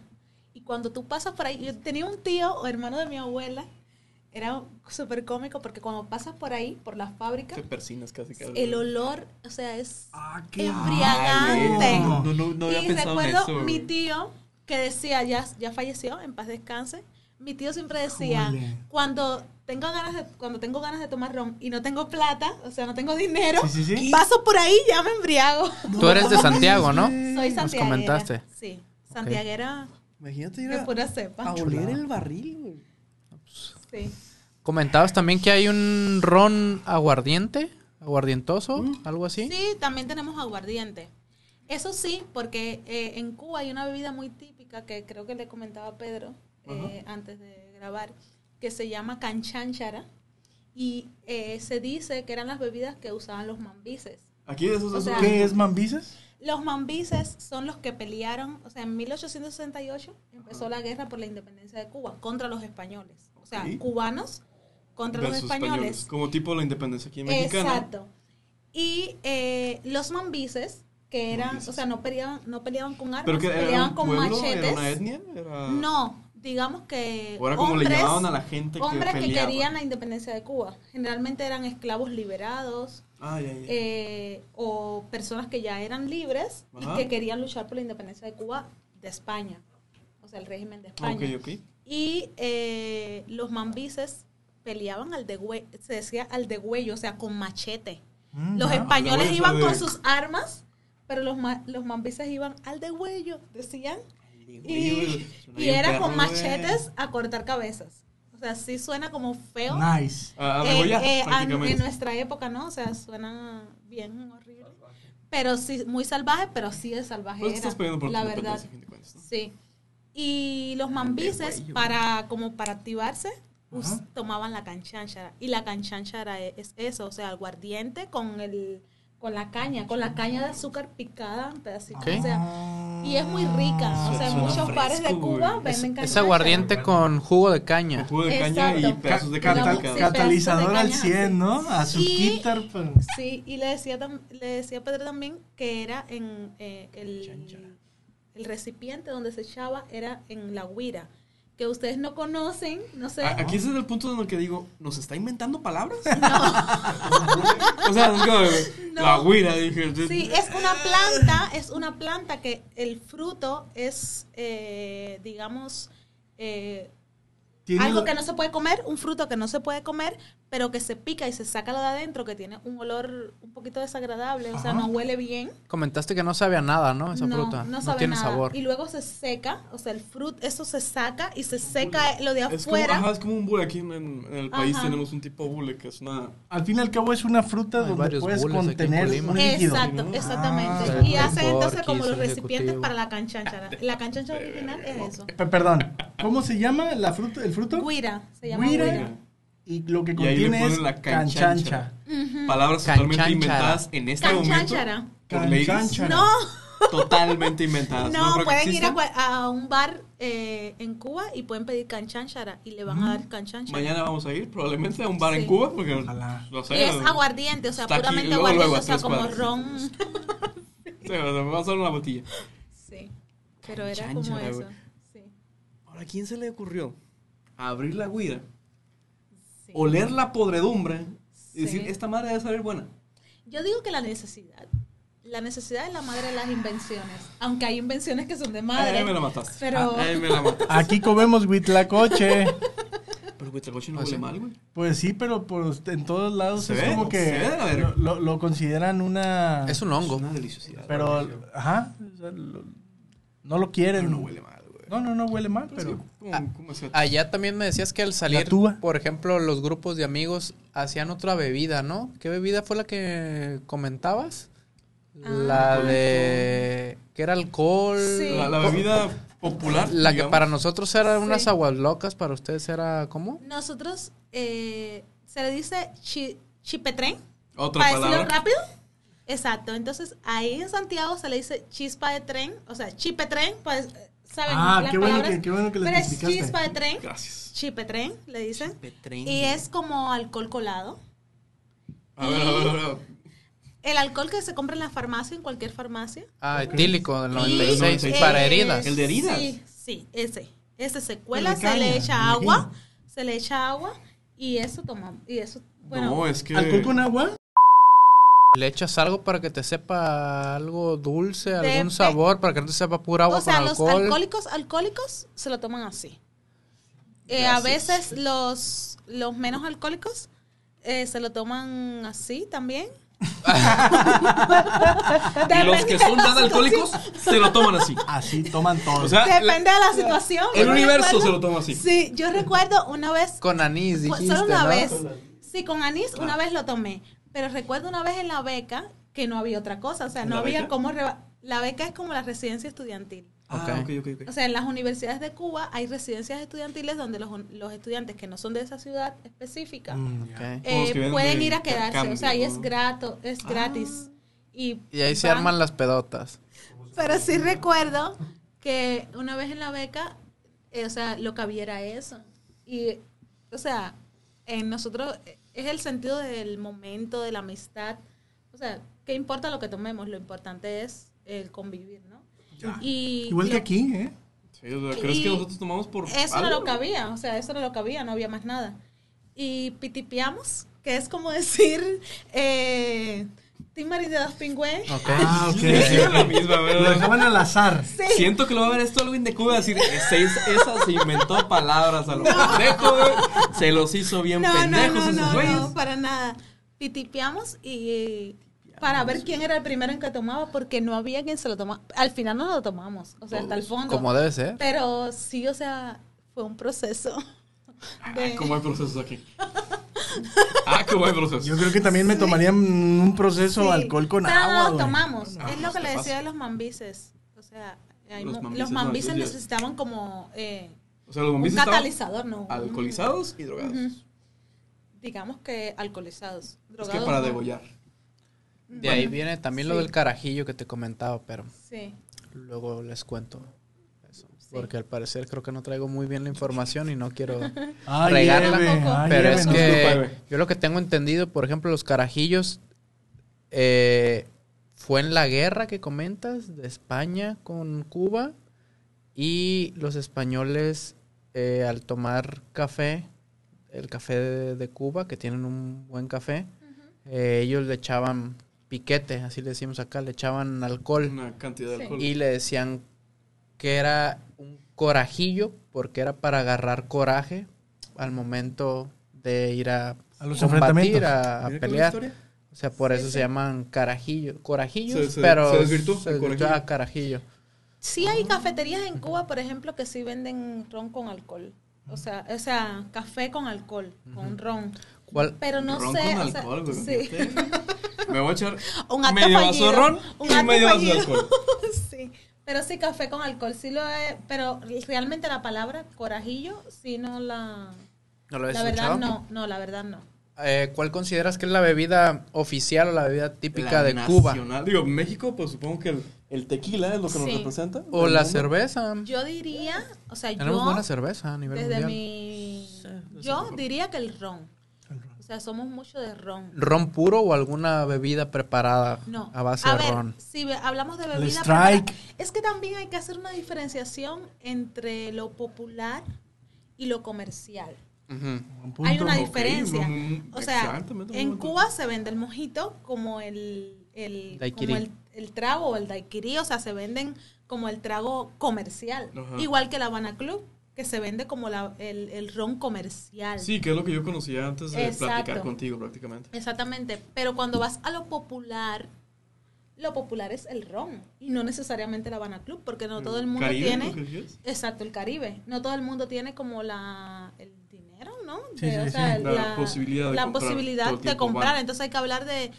Speaker 3: Y cuando tú pasas por ahí, yo tenía un tío o hermano de mi abuela, era súper cómico porque cuando pasas por ahí, por la fábrica,
Speaker 4: Te persinas casi. casi.
Speaker 3: el olor, o sea, es
Speaker 1: Ah, qué
Speaker 3: embriagante.
Speaker 4: No,
Speaker 1: bárbaro.
Speaker 4: no, no, no había
Speaker 3: y
Speaker 4: pensado en
Speaker 3: recuerdo
Speaker 4: eso.
Speaker 3: mi
Speaker 4: güey.
Speaker 3: tío que decía, ya, ya falleció, en paz descanse. Mi tío siempre decía,
Speaker 1: Híjole.
Speaker 3: cuando tengo ganas de, cuando tengo ganas de tomar ron y no tengo plata, o sea, no tengo dinero,
Speaker 1: Sí, sí, sí.
Speaker 3: paso por ahí y ya me embriago.
Speaker 2: Tú eres de Santiago, ¿no?
Speaker 3: Soy
Speaker 2: nos
Speaker 3: santiaguera.
Speaker 2: comentaste.
Speaker 3: Sí, santiaguera
Speaker 4: Imagínate ir
Speaker 3: de
Speaker 4: a,
Speaker 3: pura cepa.
Speaker 4: a oler el barril, güey.
Speaker 3: Sí.
Speaker 2: Comentabas también que hay un ron aguardiente, aguardientoso,
Speaker 1: Mm.
Speaker 2: algo así.
Speaker 3: Sí, también tenemos aguardiente. Eso sí, porque eh, en Cuba hay una bebida muy típica que creo que le comentaba a Pedro eh, antes de grabar, que se llama canchanchara. Y eh, se dice que eran las bebidas que usaban los mambises.
Speaker 4: Aquí esos
Speaker 3: O
Speaker 4: esos-
Speaker 3: sea,
Speaker 1: ah, ¿Qué es Mambises?
Speaker 3: Los mambises son los que pelearon, o sea, en 1868 empezó la guerra por la independencia de Cuba contra los españoles. O sea,
Speaker 4: Ok.
Speaker 3: cubanos contra los españoles.
Speaker 4: Como tipo la independencia aquí mexicana.
Speaker 3: Exacto. Y eh, los mambises, que eran,
Speaker 4: Mambises.
Speaker 3: o sea, no peleaban, no peleaban con armas,
Speaker 4: Pero que era
Speaker 3: peleaban
Speaker 4: un
Speaker 3: con
Speaker 4: pueblo,
Speaker 3: machetes.
Speaker 4: era una etnia, era...
Speaker 3: No, digamos que
Speaker 4: O era como
Speaker 3: hombres,
Speaker 4: le llamaban a la gente que
Speaker 3: hombres que,
Speaker 4: peleaba.
Speaker 3: querían la independencia de Cuba. Generalmente eran esclavos liberados
Speaker 4: Ay, ay, ay.
Speaker 3: eh, o personas que ya eran libres
Speaker 4: Ajá.
Speaker 3: y que querían luchar por la independencia de Cuba de España, o sea, el régimen de España.
Speaker 4: ok, ok.
Speaker 3: Y eh, los mambises peleaban al degüello, se decía al degüello, o sea, con machete.
Speaker 1: Mm,
Speaker 3: Los
Speaker 1: ah,
Speaker 3: españoles
Speaker 4: degüello,
Speaker 3: iban con
Speaker 4: de-
Speaker 3: sus armas, pero los, ma- los mambises iban al degüello, decían. Y,
Speaker 4: Suena
Speaker 3: y
Speaker 4: bien
Speaker 3: era
Speaker 4: perro, eh.
Speaker 3: con
Speaker 4: güey.
Speaker 3: machetes a cortar cabezas. O sea, sí suena como feo.
Speaker 1: Nice.
Speaker 4: A, a
Speaker 3: Eh,
Speaker 4: degollar,
Speaker 3: eh, a- en
Speaker 4: prácticamente.
Speaker 3: nuestra época, ¿no? O sea, suena bien horrible. Pero sí, muy salvaje, pero sí es salvaje.
Speaker 4: Pues te
Speaker 3: era,
Speaker 4: estás peleando por tu
Speaker 3: la verdad.
Speaker 4: independencia, a fin de cuentas, ¿no?
Speaker 3: Sí. Y los mambises,
Speaker 4: güey, yo-
Speaker 3: para, como para activarse, us-
Speaker 1: Ajá.
Speaker 3: tomaban la canchanchara. Y la canchanchara e- es eso, o sea, aguardiente con el con la caña, con la caña de azúcar picada en pedacitos.
Speaker 2: Ok.
Speaker 3: O sea, y es muy
Speaker 1: Ah,
Speaker 3: rica. O sea, en
Speaker 4: Suena
Speaker 3: muchos bares de
Speaker 4: fresco,
Speaker 3: Cuba
Speaker 4: güey.
Speaker 2: Es,
Speaker 3: venden
Speaker 2: es
Speaker 3: canchanchara.
Speaker 2: aguardiente con jugo de
Speaker 4: Con
Speaker 2: caña.
Speaker 4: jugo de caña y
Speaker 3: Exacto.
Speaker 4: pedazos de
Speaker 3: Ca-
Speaker 4: caña.
Speaker 1: Catal-
Speaker 3: sí,
Speaker 4: picada.
Speaker 3: ca-
Speaker 1: catalizador al
Speaker 3: pedazos de caña,
Speaker 1: 100, ¿no?
Speaker 3: sí.
Speaker 1: A su pues,
Speaker 3: Y-
Speaker 1: quitar, pero-
Speaker 3: Sí, y le decía, tam- le decía a Pedro también que era en eh,
Speaker 4: Chanchara.
Speaker 3: el, el recipiente donde se echaba era en la guira, que ustedes no conocen, no sé.
Speaker 4: A- Aquí ese es el punto en el que digo, ¿nos está inventando palabras? o sea, es como,
Speaker 3: No.
Speaker 4: la güira, dije.
Speaker 3: Sí, es una planta, es una planta que el fruto es, eh, digamos, eh,
Speaker 1: Tiene-
Speaker 3: algo que no se puede comer, un fruto que no se puede comer, pero que se pica y se saca lo de adentro, que tiene un olor un poquito desagradable, o sea,
Speaker 1: Ajá.
Speaker 3: no huele bien.
Speaker 2: Comentaste que no sabe a nada, ¿no? Ah, Esa
Speaker 3: no,
Speaker 2: fruta.
Speaker 3: No,
Speaker 2: No,
Speaker 3: sabe
Speaker 2: tiene
Speaker 3: nada.
Speaker 2: sabor.
Speaker 3: Y luego se seca, o sea, el fruto, eso se saca y se seca lo de
Speaker 4: Es como, ajá,
Speaker 3: afuera.
Speaker 4: es como un bule. Aquí en, en el país
Speaker 3: Ajá.
Speaker 4: tenemos un tipo de bule que es una.
Speaker 1: Al fin y al cabo es una fruta
Speaker 2: Hay
Speaker 1: donde
Speaker 2: varios
Speaker 1: puedes
Speaker 2: bules aquí en
Speaker 1: contener
Speaker 2: Colima.
Speaker 1: un líquido.
Speaker 3: Exacto,
Speaker 4: ¿no?
Speaker 3: exactamente.
Speaker 2: Ah.
Speaker 3: y
Speaker 2: El
Speaker 3: hacen entonces
Speaker 2: porquis,
Speaker 3: como los
Speaker 2: el
Speaker 3: recipientes
Speaker 2: ejecutivo.
Speaker 3: para la canchanchara. La canchanchara original es eso.
Speaker 1: Pe- Perdón, ¿cómo se llama la fruta, el fruto?
Speaker 3: Guira, se llama
Speaker 1: Guira.
Speaker 3: guira.
Speaker 1: Y lo que
Speaker 4: Y ahí le
Speaker 1: contiene
Speaker 4: ponen
Speaker 1: es
Speaker 4: la
Speaker 1: canchancha.
Speaker 4: canchancha.
Speaker 3: Ujú.
Speaker 4: Palabras totalmente
Speaker 2: Canchanchara.
Speaker 4: inventadas en este momento.
Speaker 3: Canchanchara.
Speaker 4: Por ladies.
Speaker 1: Canchancha.
Speaker 3: No,
Speaker 4: Totalmente inventadas. No,
Speaker 3: no,
Speaker 4: creo que
Speaker 3: pueden ir a,
Speaker 4: existan.
Speaker 3: cual- a un bar eh, en Cuba y pueden pedir canchanchara y le van a dar canchanchara.
Speaker 4: Mm. Mañana vamos a ir probablemente a un bar en
Speaker 3: Sí.
Speaker 4: Cuba porque
Speaker 1: Ojalá.
Speaker 4: no sé.
Speaker 3: Y es aguardiente, o sea,
Speaker 4: Está aquí,
Speaker 3: puramente
Speaker 4: luego, luego,
Speaker 3: aguardiente,
Speaker 4: a
Speaker 3: o sea,
Speaker 4: tres
Speaker 3: como
Speaker 4: cuadras.
Speaker 3: ron.
Speaker 4: Sí, o sea, me va a hacer una botella.
Speaker 3: Sí, pero era como
Speaker 4: Canchanchara,
Speaker 3: eso.
Speaker 4: güey.
Speaker 3: Sí,
Speaker 4: Ahora, ¿a quién se le ocurrió abrir la guira,
Speaker 3: sí.
Speaker 4: oler la podredumbre y decir,
Speaker 3: Sí.
Speaker 4: esta madre debe saber buena?
Speaker 3: Yo digo que la necesidad. La necesidad es la madre de las invenciones. Aunque hay invenciones que son de madre.
Speaker 4: Ay, me la mataste. Ah,
Speaker 3: Pero-
Speaker 4: Ay, me la mataste.
Speaker 1: Aquí comemos huitlacoche.
Speaker 4: Pero Huitlacoche no
Speaker 2: O
Speaker 4: huele
Speaker 2: sea,
Speaker 4: mal, güey.
Speaker 1: Pues sí, pero pues, en todos lados
Speaker 4: Se
Speaker 1: es
Speaker 4: ve,
Speaker 1: como que
Speaker 4: se ve de la verga.
Speaker 1: lo, lo- lo consideran una...
Speaker 2: Es un hongo.
Speaker 4: una deliciosidad.
Speaker 1: Pero, ajá, o sea, lo- no lo quieren.
Speaker 4: Pero no huele Pues mal, güey.
Speaker 1: No, no, no huele mal, pero...
Speaker 2: Ah,
Speaker 4: ¿Cómo, cómo se
Speaker 2: Allá también me decías que al salir,
Speaker 1: tuba.
Speaker 2: por ejemplo, los grupos de amigos hacían otra bebida, ¿no? ¿Qué bebida fue la que comentabas?
Speaker 3: Ah.
Speaker 2: La de... que era alcohol.
Speaker 3: Sí.
Speaker 4: la, la bebida popular.
Speaker 2: ah, La que
Speaker 4: digamos.
Speaker 2: para nosotros era
Speaker 3: Sí.
Speaker 2: unas aguas locas, para ustedes era ¿cómo?
Speaker 3: Nosotros eh, se le dice chi- chipetren.
Speaker 4: Otra
Speaker 3: Para decirlo
Speaker 4: palabra.
Speaker 3: rápido. Exacto. Entonces ahí en Santiago se le dice chispa de tren. O sea, chipetren. Pues, eh, ¿saben?
Speaker 1: Ah,
Speaker 3: las
Speaker 1: qué bueno,
Speaker 3: palabras?
Speaker 1: que, qué bueno que lo
Speaker 3: Pero es
Speaker 1: explicaste.
Speaker 3: chispa de tren.
Speaker 4: Gracias.
Speaker 3: Chipetren, le dicen.
Speaker 4: Petreño.
Speaker 3: Y es como alcohol colado.
Speaker 4: A ver, a ver, a ver, a ver.
Speaker 3: El alcohol que se compra en la farmacia, en cualquier farmacia.
Speaker 2: Ah, etílico del
Speaker 3: Y,
Speaker 2: 96,
Speaker 4: eh,
Speaker 2: para heridas.
Speaker 4: El de heridas.
Speaker 3: Sí, sí, ese. Ese se cuela,
Speaker 1: de caña,
Speaker 3: se le
Speaker 1: me
Speaker 3: echa agua, se le echa agua y eso tomamos. Y eso, bueno,
Speaker 4: no, es que.
Speaker 1: ¿Alcohol con agua?
Speaker 2: Le echas algo para que te sepa algo dulce, algún
Speaker 3: Depende.
Speaker 2: sabor, para que no te sepa pura agua
Speaker 3: o sea,
Speaker 2: con
Speaker 3: los
Speaker 2: alcohol.
Speaker 3: alcohólicos, alcohólicos se lo toman así. Eh, a
Speaker 4: Gracias.
Speaker 3: veces los, los menos alcohólicos eh, se lo toman así también.
Speaker 4: Y los que son nada alcohólicos se lo toman así.
Speaker 1: Así toman todo.
Speaker 4: O sea, la-
Speaker 3: Depende de la situación.
Speaker 4: el
Speaker 3: Yo
Speaker 4: universo
Speaker 3: recuerdo-
Speaker 4: se lo toma así.
Speaker 3: Sí, yo recuerdo una vez
Speaker 2: Con anís,
Speaker 3: Pues,
Speaker 2: dijiste,
Speaker 3: Solo una
Speaker 2: ¿no? Ah.
Speaker 3: vez. Sí, con anís una vez lo tomé. Pero recuerdo una vez en la beca que no había otra cosa. O sea,
Speaker 4: ¿En
Speaker 3: no
Speaker 4: la
Speaker 3: había
Speaker 4: beca?
Speaker 3: cómo... reba- La beca es como la residencia estudiantil.
Speaker 4: Ah,
Speaker 2: Ok.
Speaker 4: ok, ok, ok.
Speaker 3: O sea, en las universidades de Cuba hay residencias estudiantiles donde los, los estudiantes que no son de esa ciudad específica
Speaker 1: Mm, ya.
Speaker 2: Ok.
Speaker 3: eh,
Speaker 4: Los que vienen
Speaker 3: pueden
Speaker 4: de
Speaker 3: ir a quedarse. o sea, ahí
Speaker 4: intercambio,
Speaker 3: es,
Speaker 4: ¿no?
Speaker 3: grato, es gratis. Y,
Speaker 2: Y ahí se
Speaker 3: van-
Speaker 2: arman las pedotas.
Speaker 3: Pero sí recuerdo que una vez en la beca, eh, o sea, lo que había era eso. Y, o sea, en nosotros eh, es el sentido del momento, de la amistad. O sea, ¿qué importa lo que tomemos? Lo importante es el convivir, ¿no?
Speaker 1: Ya.
Speaker 3: Y
Speaker 1: Igual que
Speaker 3: lo-
Speaker 1: aquí, ¿eh?
Speaker 4: Sí, o sea, ¿crees
Speaker 3: Y
Speaker 4: que nosotros tomamos por
Speaker 3: Eso era
Speaker 4: algo?
Speaker 3: lo que había, o sea, eso era lo que había, no había más nada. Y pitipiamos, que es como decir, eh, Tim Marín de dos Pingües.
Speaker 1: Ah, ok.
Speaker 4: Sí, era la misma,
Speaker 1: Lo
Speaker 4: ¿verdad?
Speaker 1: dejaban al azar.
Speaker 4: Siento que lo va a ver esto alguien de Cuba y decir, ese, esa se inventó palabras a lo pendejo, güey. Se los hizo bien
Speaker 3: No, no,
Speaker 4: pendejos
Speaker 3: no,
Speaker 4: esos
Speaker 3: no,
Speaker 4: güeyes.
Speaker 3: no, para nada. Pitipiamos y eh, para ver quién era el primero en que tomaba, porque no había quien se lo tomaba. Al final no lo tomamos, o sea, hasta el fondo.
Speaker 2: Como debe ser.
Speaker 3: Pero sí, o sea, fue un proceso.
Speaker 4: Ah,
Speaker 3: de-
Speaker 4: cómo hay procesos aquí. Ah, cómo hay procesos.
Speaker 1: Yo creo que también me tomarían un proceso
Speaker 3: Sí.
Speaker 1: alcohol con
Speaker 3: Pero
Speaker 1: agua.
Speaker 3: no lo
Speaker 1: güey.
Speaker 3: tomamos.
Speaker 4: No,
Speaker 3: es
Speaker 4: no
Speaker 3: lo que
Speaker 4: se
Speaker 3: le
Speaker 4: pasa.
Speaker 3: decía de los mambises. O sea, hay
Speaker 4: Los
Speaker 3: mu- los
Speaker 4: mambises,
Speaker 3: mambises,
Speaker 4: no, esos ya-
Speaker 3: necesitaban como eh,
Speaker 4: O sea, los
Speaker 3: un
Speaker 4: bombis estaban
Speaker 3: catalizador, ¿no?
Speaker 4: alcoholizados y drogados.
Speaker 3: Ujú. Digamos que alcoholizados.
Speaker 4: Es
Speaker 3: Drogados,
Speaker 4: que para
Speaker 3: no.
Speaker 4: degollar.
Speaker 2: De ahí viene también lo
Speaker 3: Sí.
Speaker 2: del carajillo que te comentaba, pero
Speaker 3: Sí.
Speaker 2: luego les cuento eso. Porque al parecer creo que no traigo muy bien la información y no quiero...
Speaker 1: Ay,
Speaker 2: Regarla.
Speaker 1: Eve,
Speaker 3: Tampoco.
Speaker 1: ay,
Speaker 2: Pero
Speaker 1: Eve,
Speaker 2: es
Speaker 1: no.
Speaker 4: disculpa,
Speaker 2: que
Speaker 4: güey.
Speaker 2: yo lo que tengo entendido, por ejemplo, los carajillos, eh, fue en la guerra que comentas de España con Cuba y los españoles eh, al tomar café, el café de, de Cuba, que tienen un buen café, eh, ellos le echaban piquete, así le decimos acá, le echaban alcohol
Speaker 4: Una cantidad de
Speaker 3: Sí.
Speaker 4: alcohol.
Speaker 2: y le decían que era un corajillo porque era para agarrar coraje al momento de ir a,
Speaker 1: A los
Speaker 2: combatir,
Speaker 1: enfrentamientos.
Speaker 2: a,
Speaker 4: Mira qué
Speaker 2: a
Speaker 4: buena
Speaker 2: pelear.
Speaker 4: historia.
Speaker 2: O sea, por
Speaker 3: Sí,
Speaker 2: eso
Speaker 3: sí.
Speaker 2: se llaman carajillo, corajillos,
Speaker 4: Se- se-
Speaker 2: pero
Speaker 4: se desvirtuó
Speaker 2: se
Speaker 4: el
Speaker 2: desvirtuó
Speaker 4: corajillo.
Speaker 2: a carajillo.
Speaker 3: Sí hay cafeterías en Cuba, por ejemplo, que sí venden ron con alcohol. O sea, o sea, café con alcohol, con ron.
Speaker 2: ¿Cuál?
Speaker 3: Pero no
Speaker 4: ron
Speaker 3: sé,
Speaker 4: con
Speaker 3: o sea,
Speaker 4: alcohol, güey.
Speaker 3: sí.
Speaker 4: fíjate. Me voy a echar
Speaker 3: Un acto
Speaker 4: medio vaso
Speaker 3: fallido.
Speaker 4: de ron
Speaker 3: Un
Speaker 4: y
Speaker 3: acto
Speaker 4: medio vaso de
Speaker 3: fallido.
Speaker 4: alcohol.
Speaker 3: Sí, pero sí café con alcohol, sí lo he, pero realmente la palabra corajillo, sí no la,
Speaker 2: ¿No lo habías
Speaker 3: la verdad
Speaker 2: escuchado?
Speaker 3: no, no, la verdad no.
Speaker 2: Eh, ¿Cuál consideras que es la bebida oficial o la bebida típica
Speaker 4: La
Speaker 2: de Cuba?
Speaker 4: nacional. Digo, México, pues supongo que el, el tequila es lo que nos
Speaker 3: Sí.
Speaker 4: representa.
Speaker 2: ¿O
Speaker 4: del
Speaker 2: la
Speaker 4: mundo.
Speaker 2: cerveza?
Speaker 3: Yo diría, o sea,
Speaker 2: Tenemos
Speaker 3: yo
Speaker 2: buena cerveza a nivel
Speaker 3: desde
Speaker 2: mundial.
Speaker 3: mi,
Speaker 4: no sé
Speaker 3: yo
Speaker 4: tampoco.
Speaker 3: diría que el ron, o sea, somos mucho de ron.
Speaker 2: ¿Ron puro o alguna bebida preparada
Speaker 3: No,
Speaker 2: a base de
Speaker 3: ver,
Speaker 2: ron?
Speaker 3: si ve- hablamos de
Speaker 1: El
Speaker 3: bebida,
Speaker 1: Strike.
Speaker 3: preparada, es que también hay que hacer una diferenciación entre lo popular y lo comercial.
Speaker 2: Ujú.
Speaker 1: Un punto.
Speaker 3: Hay una
Speaker 4: Ok,
Speaker 3: diferencia.
Speaker 4: mm,
Speaker 3: O sea,
Speaker 4: exactamente, muy
Speaker 3: en
Speaker 4: buen punto.
Speaker 3: Cuba se vende el mojito como el, el,
Speaker 2: Daiquiri.
Speaker 3: como el, el trago o el daiquiri, o sea, se venden como el trago comercial.
Speaker 4: Ajá.
Speaker 3: Igual que la Habana Club, que se vende como la- el, el ron comercial.
Speaker 4: Sí, que es lo que yo conocía antes de
Speaker 3: Exacto.
Speaker 4: platicar contigo prácticamente.
Speaker 3: Exactamente, pero cuando vas a lo popular, lo popular es el ron y no necesariamente la Habana Club, porque no todo el mundo
Speaker 4: Mm, Caribe,
Speaker 3: tiene...
Speaker 4: ¿no? ¿Qué es?
Speaker 3: Exacto, el Caribe. No todo el mundo tiene como la el dinero, ¿no?
Speaker 1: Sí, sí,
Speaker 3: o
Speaker 1: sí.
Speaker 3: sea,
Speaker 4: La posibilidad de
Speaker 3: la
Speaker 4: comprar
Speaker 3: posibilidad
Speaker 4: todo
Speaker 3: de
Speaker 4: tipo
Speaker 3: comprar.
Speaker 4: cubano.
Speaker 3: Entonces hay que hablar de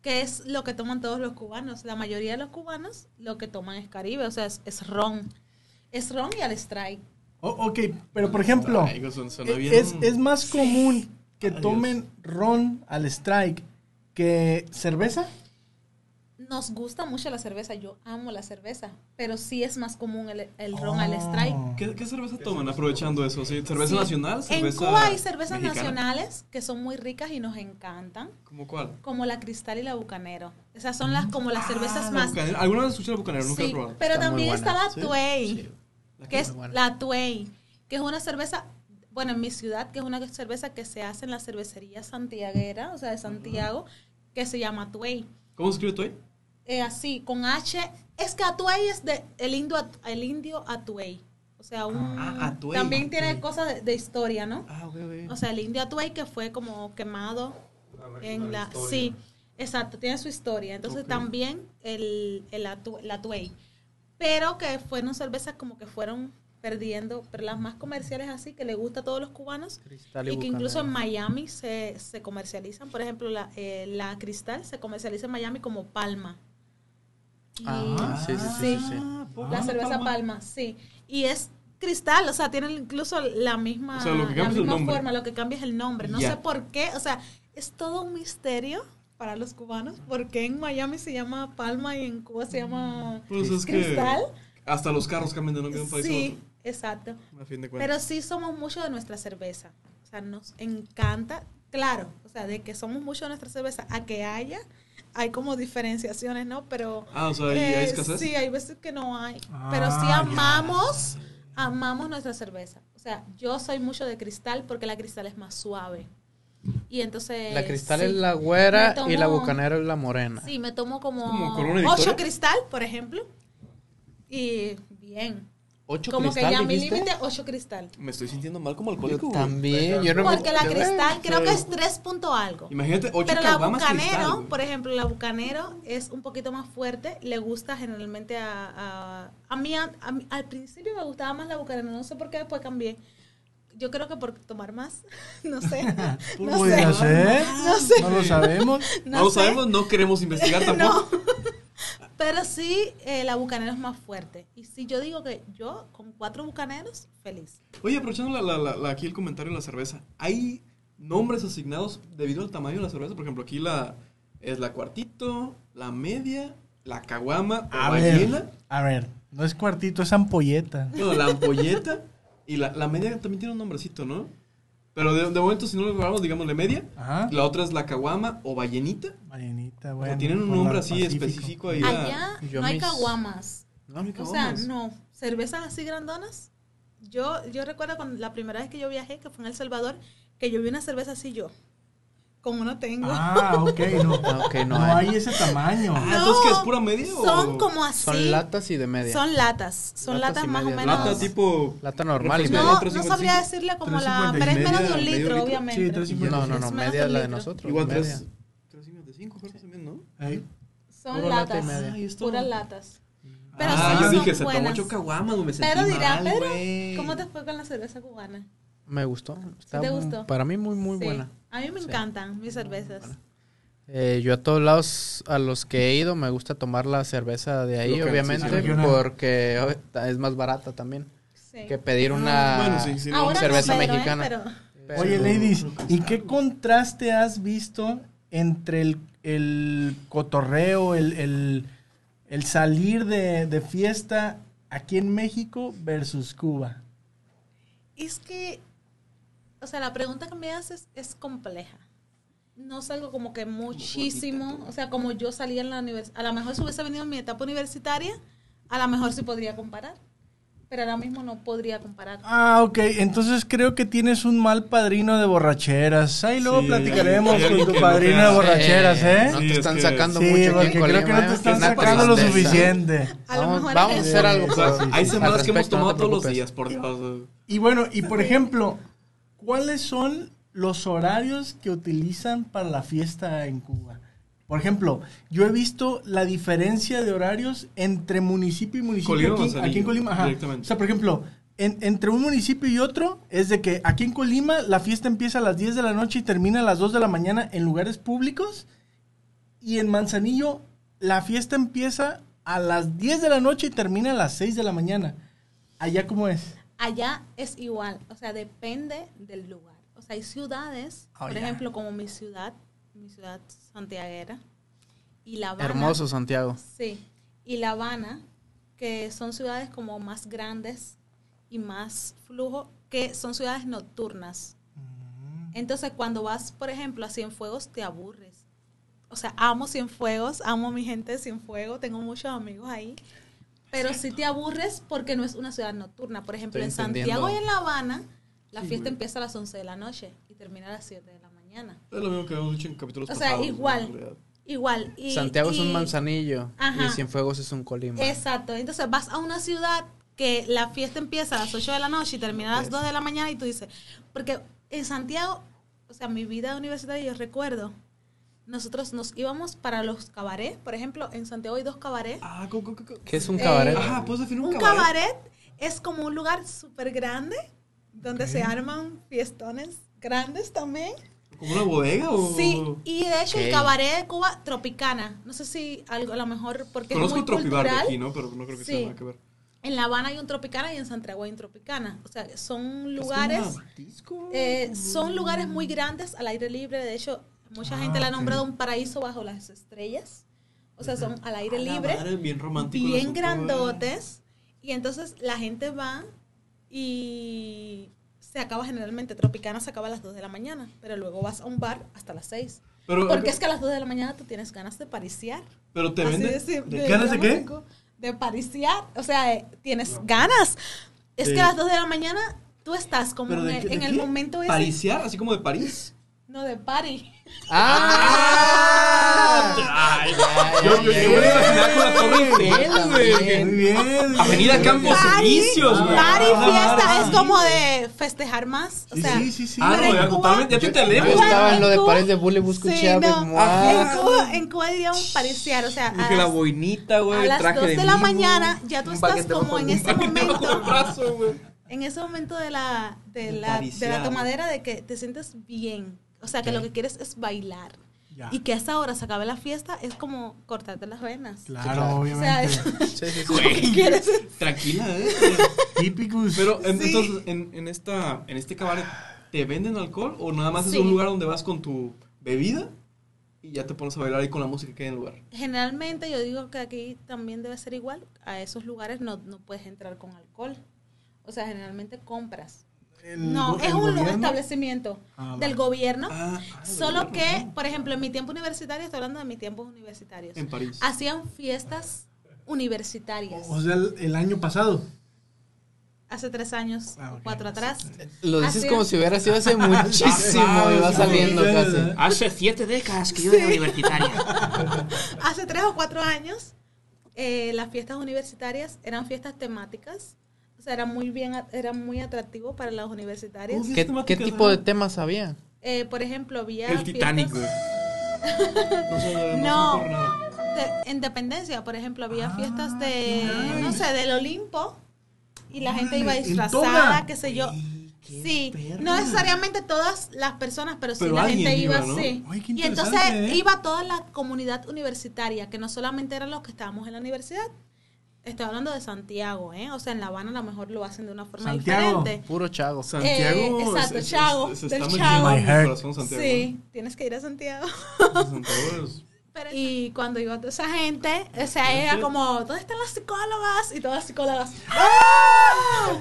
Speaker 3: qué es lo que toman todos los cubanos. La mayoría de los cubanos lo que toman es Caribe, o sea, es, es ron. Es ron y al strike.
Speaker 1: O- Oh, ok, pero por ejemplo, e-
Speaker 4: Ay, eso suena bien.
Speaker 1: es, es más común que
Speaker 4: Dios.
Speaker 1: tomen ron al strike que cerveza.
Speaker 3: Nos gusta mucho la cerveza, yo amo la cerveza, pero sí es más común el, el ron al strike.
Speaker 1: Oh.
Speaker 4: ¿Qué, qué cerveza toman aprovechando eso? ¿sí? Oh. ¿Cerveza
Speaker 3: Sí.
Speaker 4: nacional?
Speaker 3: En
Speaker 4: Cerveza
Speaker 3: Cuba hay cervezas
Speaker 4: mexicana?
Speaker 3: nacionales que son muy ricas y nos encantan.
Speaker 4: ¿Cómo cuál?
Speaker 3: como la cristal y la bucanero. Esas son las como las cervezas
Speaker 4: Ah, la
Speaker 3: más.
Speaker 4: Bucanero. ¿Alguna vez escuché la bucanero? Nunca la he
Speaker 3: Sí,
Speaker 4: probado.
Speaker 3: pero
Speaker 2: Está muy
Speaker 3: también
Speaker 2: buena.
Speaker 3: está la
Speaker 4: Sí,
Speaker 3: Tuey,
Speaker 2: Sí.
Speaker 3: que es
Speaker 2: Muy buena.
Speaker 3: la Tuey, que es una cerveza, bueno, en mi ciudad, que es una cerveza que se hace en la cervecería santiaguera, o sea, de Santiago, que se llama Tuey.
Speaker 4: ¿Cómo se escribe tú ahí?
Speaker 3: Eh, así, con H. Es que Atuey es de el indio, At- el indio Atuey. O sea, un,
Speaker 4: Ah, Atuey.
Speaker 3: también
Speaker 4: Atuey.
Speaker 3: tiene cosas de, de historia, ¿no?
Speaker 4: Ah, ok,
Speaker 3: O
Speaker 4: ok.
Speaker 3: sea, el indio Atuey que fue como quemado en la... Sí, exacto, tiene su historia. Entonces
Speaker 4: Ok.
Speaker 3: también el, el Atu- la Atuey. Pero que fueron cervezas como que fueron perdiendo, pero las más comerciales así, que le gusta a todos los cubanos.
Speaker 2: Cristal
Speaker 3: Y que
Speaker 2: Bucanero.
Speaker 3: incluso en Miami se, se comercializan. Por ejemplo, la, eh, la Cristal se comercializa en Miami como Palma. Y
Speaker 2: Ah, sí, sí, sí, sí, sí.
Speaker 4: Ah,
Speaker 3: la cerveza Palma. sí. Y es cristal, o sea, tienen incluso la misma,
Speaker 4: O sea, lo que cambia
Speaker 3: la
Speaker 4: es el
Speaker 3: misma
Speaker 4: nombre.
Speaker 3: forma, lo que cambia es el nombre. No
Speaker 4: Ya.
Speaker 3: sé por qué, o sea, es todo un misterio para los cubanos, porque en Miami se llama Palma y en Cuba se llama
Speaker 4: Pues es que
Speaker 3: Cristal.
Speaker 4: hasta los carros cambian de nombre de un país a
Speaker 3: Sí,
Speaker 4: otro.
Speaker 3: Exacto.
Speaker 4: A fin de cuentas.
Speaker 3: Pero sí somos mucho de nuestra cerveza. O sea, nos encanta, claro, o sea, de que somos mucho de nuestra cerveza, a que haya, hay como diferenciaciones, ¿no? Pero...
Speaker 4: ah, o sea, ¿y
Speaker 3: eh,
Speaker 4: ¿hay escasez?
Speaker 3: sí, hay veces que no hay.
Speaker 1: Ah,
Speaker 3: pero sí
Speaker 1: ya.
Speaker 3: amamos, amamos nuestra cerveza. O sea, yo soy mucho de cristal porque la cristal es más suave. Y entonces...
Speaker 2: La cristal
Speaker 3: sí.
Speaker 2: es la güera
Speaker 3: Me tomo-
Speaker 2: y la bucanera es la morena.
Speaker 3: Sí, me tomo como,
Speaker 4: Como Corona Victoria.
Speaker 3: ocho cristal, por ejemplo. Y bien.
Speaker 4: ¿Ocho
Speaker 3: Como que
Speaker 4: cristal,
Speaker 3: ya mi
Speaker 4: dijiste?
Speaker 3: límite, ocho cristal.
Speaker 4: Me estoy sintiendo mal como
Speaker 2: Yo
Speaker 4: alcohólico. güey.
Speaker 2: también. Yo no me-
Speaker 3: Porque la
Speaker 2: yo-
Speaker 3: cristal
Speaker 2: sí.
Speaker 3: creo que es tres punto algo.
Speaker 4: Imagínate, ocho
Speaker 3: Pero la
Speaker 4: caguamas
Speaker 3: bucanero,
Speaker 4: cristal, güey.
Speaker 3: por ejemplo, la bucanero es un poquito más fuerte. Le gusta generalmente a... A, a mí, a- a mí- al principio me gustaba más la bucanero. No sé por qué después cambié. Yo creo que por tomar más. No sé. no sé.
Speaker 1: Podría ser.
Speaker 3: No sé.
Speaker 1: Pues, No lo sabemos.
Speaker 4: Ah, No,
Speaker 3: No
Speaker 4: lo
Speaker 3: sé.
Speaker 4: sabemos, no queremos investigar tampoco.
Speaker 3: Pero sí, eh, la bucanero es más fuerte. Y si yo digo que yo, con cuatro bucaneros, feliz.
Speaker 4: Oye, aprovechando la- la- la- la- aquí el comentario de la cerveza, ¿hay nombres asignados debido al tamaño de la cerveza? Por ejemplo, aquí la es la cuartito, la media, la caguama, o
Speaker 1: A
Speaker 4: ballena,
Speaker 1: ver, a ver, no es cuartito, es ampolleta.
Speaker 4: bueno, la ampolleta y la, la media también tiene un nombrecito, ¿no? Pero de, de momento, si no lo grabamos, digamos la media,
Speaker 1: Ajá.
Speaker 4: la otra es la caguama o ballenita.
Speaker 1: Marianita, bueno.
Speaker 4: tienen un
Speaker 1: por
Speaker 4: nombre
Speaker 1: la
Speaker 4: así
Speaker 1: Pacífico.
Speaker 4: específico ahí. Ya.
Speaker 3: Allá
Speaker 2: Yo
Speaker 3: no hay
Speaker 2: mis-
Speaker 3: caguamas.
Speaker 4: No, no
Speaker 3: O sea, no. Cervezas así grandonas. Yo, yo recuerdo cuando la primera vez que yo viajé, que fue en El Salvador, que yo vi una cerveza así yo. Como no tengo.
Speaker 1: Ah, ok, no.
Speaker 2: Ah, ok, no
Speaker 1: No
Speaker 2: hay.
Speaker 1: hay ese tamaño.
Speaker 4: Ah,
Speaker 3: No,
Speaker 4: entonces, ¿qué es pura media o-
Speaker 3: Son como así.
Speaker 2: Son latas y de media.
Speaker 3: Son latas. Son
Speaker 2: Latas
Speaker 3: latas
Speaker 2: y
Speaker 3: más o
Speaker 2: media.
Speaker 3: menos.
Speaker 4: Lata tipo.
Speaker 2: Lata normal y
Speaker 4: Refresco.
Speaker 2: media.
Speaker 3: No,
Speaker 4: ¿Tres
Speaker 3: no
Speaker 4: cincuenta y
Speaker 3: sabría
Speaker 4: cinco?
Speaker 3: decirle como
Speaker 1: ¿Tres
Speaker 3: la.
Speaker 1: cincuenta y
Speaker 3: Pero es
Speaker 1: medio?
Speaker 3: menos de un
Speaker 4: ¿Medio
Speaker 3: litro,
Speaker 4: litro?
Speaker 3: obviamente.
Speaker 1: Sí, tres cincuenta.
Speaker 2: No, no, no,
Speaker 3: Es menos
Speaker 2: media
Speaker 3: de un
Speaker 2: la de
Speaker 3: litro.
Speaker 2: nosotros.
Speaker 4: Igual
Speaker 2: media.
Speaker 4: 3. 355, creo que también, ¿no?
Speaker 1: Ey,
Speaker 3: Son
Speaker 2: Puro lata y
Speaker 3: latas.
Speaker 2: media.
Speaker 4: Ahí está.
Speaker 3: Puras latas. Pero
Speaker 4: Ah,
Speaker 3: sí
Speaker 4: yo
Speaker 3: son
Speaker 4: dije, se tomó
Speaker 3: buenas.
Speaker 4: ocho caguamas, güey, me sentí
Speaker 3: Pero dirá,
Speaker 4: mal,
Speaker 3: pero,
Speaker 4: güey.
Speaker 3: ¿cómo te fue con la cerveza cubana?
Speaker 2: Me gustó. Está
Speaker 3: te
Speaker 2: bu-
Speaker 3: gustó?
Speaker 2: Para mí muy, muy
Speaker 3: Sí.
Speaker 2: buena.
Speaker 3: A mí me
Speaker 2: Sí.
Speaker 3: encantan mis cervezas.
Speaker 2: Eh, yo a todos lados a los que he ido me gusta tomar la cerveza de ahí,
Speaker 4: Local, sí, sí,
Speaker 2: obviamente,
Speaker 1: regional.
Speaker 2: porque oh, ta- es más barata también
Speaker 3: Sí.
Speaker 2: que pedir
Speaker 4: Ah,
Speaker 2: una
Speaker 4: bueno, sí, sí, no.
Speaker 3: Ahora
Speaker 2: cerveza
Speaker 3: no, Pedro, ¿eh?
Speaker 2: mexicana.
Speaker 3: Pero-
Speaker 2: Pero-
Speaker 1: Oye, ladies, ¿y qué contraste has visto entre el, el cotorreo, el, el- el salir de, de fiesta aquí en México versus Cuba?
Speaker 3: Es que, o sea, la pregunta que me haces es compleja. No salgo como que muchísimo, o sea, como yo salía en la universidad, a lo mejor si hubiese venido en mi etapa universitaria, a lo mejor sí podría comparar, pero ahora mismo no podría comparar.
Speaker 1: Ah, ok, entonces creo que tienes un mal padrino de borracheras. Ahí luego
Speaker 4: Sí,
Speaker 1: platicaremos
Speaker 4: hay alguien
Speaker 1: con
Speaker 4: que
Speaker 1: tu
Speaker 4: no
Speaker 1: padrino
Speaker 4: te
Speaker 1: de
Speaker 4: hace-
Speaker 1: borracheras, ¿eh?
Speaker 2: No
Speaker 4: Sí,
Speaker 2: te
Speaker 4: es
Speaker 2: están
Speaker 4: que-
Speaker 2: sacando
Speaker 1: Sí,
Speaker 2: mucho aquí en
Speaker 1: porque creo
Speaker 2: Colima,
Speaker 1: que no
Speaker 2: ¿eh?
Speaker 1: te están
Speaker 2: Una
Speaker 1: sacando lo
Speaker 2: tristeza.
Speaker 1: suficiente.
Speaker 3: A lo
Speaker 2: Vamos,
Speaker 3: mejor
Speaker 2: vamos a
Speaker 3: eres-
Speaker 2: hacer algo.
Speaker 4: O sea,
Speaker 2: por-
Speaker 4: hay
Speaker 2: al
Speaker 4: semanas que hemos
Speaker 2: respecto, no
Speaker 4: tomado
Speaker 2: te
Speaker 4: todos los
Speaker 2: preocupes.
Speaker 4: días, por Dios.
Speaker 1: Y bueno, y por ejemplo, ¿cuáles son los horarios que utilizan para la fiesta en Cuba? Por ejemplo, yo he visto la diferencia de horarios entre municipio y municipio
Speaker 4: Colima,
Speaker 1: aquí,
Speaker 4: Manzanillo,
Speaker 1: aquí en Colima. ajá.
Speaker 4: directamente.
Speaker 1: O sea, por ejemplo, en- entre un municipio y otro es de que aquí en Colima la fiesta empieza a las 10 de la noche y termina a las 2 de la mañana en lugares públicos. Y en Manzanillo la fiesta empieza a las 10 de la noche y termina a las 6 de la mañana. ¿Allá cómo es?
Speaker 3: Allá es igual, o sea, depende del lugar. O sea, hay ciudades,
Speaker 1: Oh,
Speaker 3: por
Speaker 1: yeah.
Speaker 3: ejemplo, como mi ciudad, mi ciudad santiaguera, y La Habana.
Speaker 2: Hermoso Santiago.
Speaker 3: Sí, y La Habana, que son ciudades como más grandes y más flujo, que son ciudades nocturnas. Entonces, cuando vas, por ejemplo, a Cienfuegos, te aburres. O sea, amo Cienfuegos, amo a mi gente de Cienfuegos, tengo muchos amigos ahí. Pero sí te aburres porque no es una ciudad nocturna. Por ejemplo,
Speaker 2: Estoy
Speaker 3: en Santiago y
Speaker 2: entendiendo.
Speaker 3: en La Habana, la
Speaker 4: Sí,
Speaker 3: fiesta
Speaker 4: güey.
Speaker 3: empieza a las 11 de la noche y termina a las 7 de la mañana.
Speaker 4: Es lo mismo que habíamos dicho en capítulos
Speaker 3: O sea,
Speaker 4: pasados,
Speaker 3: igual.
Speaker 4: en realidad.
Speaker 3: Igual. Y,
Speaker 2: Santiago es un
Speaker 3: y-
Speaker 2: manzanillo
Speaker 3: Ajá.
Speaker 2: y Cienfuegos es un Colima.
Speaker 3: Exacto. Entonces vas a una ciudad que la fiesta empieza a las 8 de la noche y termina a las 2 de la mañana y tú dices, porque en Santiago, o sea, mi vida universitaria yo recuerdo, nosotros nos íbamos para los cabarets, por ejemplo, en Santiago hay dos cabarets.
Speaker 4: Ah, ¿cómo, cómo, cómo?
Speaker 2: ¿Qué es un
Speaker 3: Eh,
Speaker 2: cabaret?
Speaker 4: Ajá, ¿puedes definir un,
Speaker 3: Un cabaret es como un lugar súper grande donde se arman fiestones grandes también.
Speaker 4: ¿Como una bodega o...?
Speaker 3: Sí, y de hecho
Speaker 2: Ok.
Speaker 3: el cabaret de Cuba, Tropicana, no sé si algo a lo mejor porque
Speaker 4: Conozco
Speaker 3: es muy
Speaker 4: Tropibar de
Speaker 3: cultural.
Speaker 4: aquí, ¿no? Pero no creo que
Speaker 3: Sí.
Speaker 4: sea nada que ver.
Speaker 3: En La Habana hay un Tropicana y en Santiago hay un Tropicana. O sea, son
Speaker 4: ¿Es como
Speaker 3: lugares,
Speaker 4: una disco?
Speaker 3: eh, son lugares muy grandes al aire libre. De hecho,
Speaker 4: Ah,
Speaker 3: mucha gente la ha
Speaker 1: ok.
Speaker 3: nombrado un paraíso bajo las estrellas. O sea, son al aire
Speaker 4: A la
Speaker 3: libre,
Speaker 4: madre, bien romántico. el
Speaker 3: bien
Speaker 4: asunto, güey.
Speaker 3: grandotes. Y entonces la gente va y se acaba generalmente, Tropicana se acaba a las 2 de la mañana, pero luego vas a un bar hasta las 6.
Speaker 4: Pero,
Speaker 3: Porque es que a las 2 de la mañana tú tienes ganas de pariciar.
Speaker 4: pero te
Speaker 3: Así
Speaker 4: venden.
Speaker 3: es, sí,
Speaker 4: ¿De qué ganas de qué?
Speaker 3: llaman, De pariciar. O sea, eh, tienes ganas. Es
Speaker 4: De-
Speaker 3: que a las 2 de la mañana tú estás como
Speaker 4: ¿Pero de
Speaker 3: en,
Speaker 4: qué- de
Speaker 3: en el
Speaker 4: qué?
Speaker 3: momento ese.
Speaker 4: ¿Pariciar? ¿Así como de París?
Speaker 3: No, de party.
Speaker 2: ¡Ah!
Speaker 4: Ay,
Speaker 2: yo- yo- yo me lo imaginaba
Speaker 1: con la Torre
Speaker 2: Eiffel, güey.
Speaker 1: Muy bien.
Speaker 4: Avenida Campos Inicios, güey.
Speaker 3: Party,
Speaker 1: Ah,
Speaker 3: fiesta,
Speaker 1: ah,
Speaker 3: es
Speaker 1: sí,
Speaker 3: como de festejar más. O
Speaker 1: Sí,
Speaker 3: sea,
Speaker 1: sí, sí, sí.
Speaker 4: Ah,
Speaker 3: pero
Speaker 4: no,
Speaker 3: en
Speaker 4: ya,
Speaker 3: Cuba-
Speaker 4: totalmente, ya te
Speaker 2: Yo
Speaker 4: entendemos.
Speaker 2: estaba en lo de
Speaker 3: Cuba-
Speaker 2: Paris de Bully, busco un
Speaker 3: Sí,
Speaker 2: chavo,
Speaker 3: no.
Speaker 2: mua.
Speaker 3: En Cuba, en Cuba diríamos pariciar, o sea, a
Speaker 4: Dije, la
Speaker 3: las-
Speaker 4: boinita,
Speaker 3: a
Speaker 4: güey,
Speaker 3: las
Speaker 4: traje
Speaker 3: 2 de,
Speaker 4: de
Speaker 3: la
Speaker 4: mimo,
Speaker 3: mañana ya tú
Speaker 4: un
Speaker 3: estás
Speaker 4: paquete
Speaker 3: como
Speaker 4: bajo-
Speaker 3: en
Speaker 4: un
Speaker 3: ese
Speaker 4: paquete bajo el
Speaker 3: momento,
Speaker 4: brazo, güey.
Speaker 3: en ese momento de la, de
Speaker 4: De
Speaker 3: la, de
Speaker 4: pariciar.
Speaker 3: la tomadera de que te sientes bien, o sea, que lo que quieres es bailar.
Speaker 1: Ya.
Speaker 3: Y que a esa hora se acabe la fiesta es como cortarte las venas.
Speaker 1: Claro,
Speaker 3: O sea, es-
Speaker 1: obviamente.
Speaker 2: Sí, sí, sí.
Speaker 3: quieres
Speaker 4: Tranquila, eh.
Speaker 1: Típicos.
Speaker 4: Pero en-
Speaker 3: Sí.
Speaker 4: entonces, en, en esta, en este cabaret, ¿te venden alcohol o nada más
Speaker 3: Sí.
Speaker 4: es un lugar donde vas con tu bebida y ya te pones a bailar ahí con la música que hay en el lugar?
Speaker 3: Generalmente yo digo que aquí también debe ser igual. A esos lugares no, no puedes entrar con alcohol. O sea, generalmente compras.
Speaker 1: El
Speaker 3: No,
Speaker 1: go-
Speaker 3: es
Speaker 1: el
Speaker 3: un
Speaker 1: gobierno-
Speaker 3: establecimiento
Speaker 1: Ah,
Speaker 3: del
Speaker 1: va.
Speaker 3: gobierno.
Speaker 4: Ah, ah,
Speaker 3: Solo
Speaker 4: ¿verdad?
Speaker 3: que, por ejemplo, en mi tiempo universitario, estoy hablando de mis tiempos universitarios,
Speaker 1: Em-
Speaker 4: En París.
Speaker 3: hacían fiestas universitarias.
Speaker 1: O sea, el, el año pasado.
Speaker 3: Hace tres años,
Speaker 1: Ah, ok.
Speaker 3: cuatro atrás.
Speaker 2: Lo dices
Speaker 3: Así
Speaker 2: como
Speaker 3: es.
Speaker 2: si hubiera sido hace
Speaker 1: Ah,
Speaker 2: muchísimo y va saliendo casi.
Speaker 5: Hace siete décadas que yo era universitaria.
Speaker 3: Hace tres o cuatro años, eh, las fiestas universitarias eran fiestas temáticas. O sea, era muy, bien, era muy atractivo para las universitarias.
Speaker 4: Uy,
Speaker 2: ¿Qué,
Speaker 4: temáticas,
Speaker 2: qué tipo de
Speaker 4: ¿no?
Speaker 2: temas había?
Speaker 3: Eh, por ejemplo, había.
Speaker 5: El Titanic, güey.
Speaker 3: fiestas
Speaker 4: No, sé, no,
Speaker 3: No.
Speaker 4: se me ocurre nada.
Speaker 3: de- en Dependencia, por ejemplo, había
Speaker 1: Ah,
Speaker 3: fiestas de.
Speaker 1: claro.
Speaker 3: No sé, del Olimpo. Y la gente iba
Speaker 1: Órale, en
Speaker 3: disfrazada,
Speaker 1: toga.
Speaker 3: qué sé yo.
Speaker 1: Uy, qué
Speaker 3: Sí,
Speaker 1: perra.
Speaker 3: no necesariamente todas las personas, pero sí
Speaker 4: Pero
Speaker 3: la gente
Speaker 4: alguien
Speaker 3: iba,
Speaker 4: iba, ¿no?
Speaker 3: sí.
Speaker 1: Oye, qué
Speaker 3: y entonces
Speaker 1: interesante, ¿eh?
Speaker 3: iba toda la comunidad universitaria, que no solamente eran los que estábamos en la universidad. Estoy hablando de Santiago, ¿eh? O sea, en La Habana a lo mejor lo hacen de una forma
Speaker 1: Santiago.
Speaker 3: diferente.
Speaker 2: Puro chavo.
Speaker 4: Santiago.
Speaker 3: Eh, exacto,
Speaker 4: es- es-
Speaker 3: Chago,
Speaker 4: Se
Speaker 3: del
Speaker 4: está
Speaker 3: Chago.
Speaker 4: metiendo en
Speaker 1: My
Speaker 4: mi
Speaker 1: heart.
Speaker 4: corazón, Santiago.
Speaker 3: Sí, tienes que ir a Santiago.
Speaker 4: Santiago es-
Speaker 3: Y cuando iba toda esa gente, o sea, era como, ¿dónde están las psicólogas? Y todas las psicólogas. ¡ah!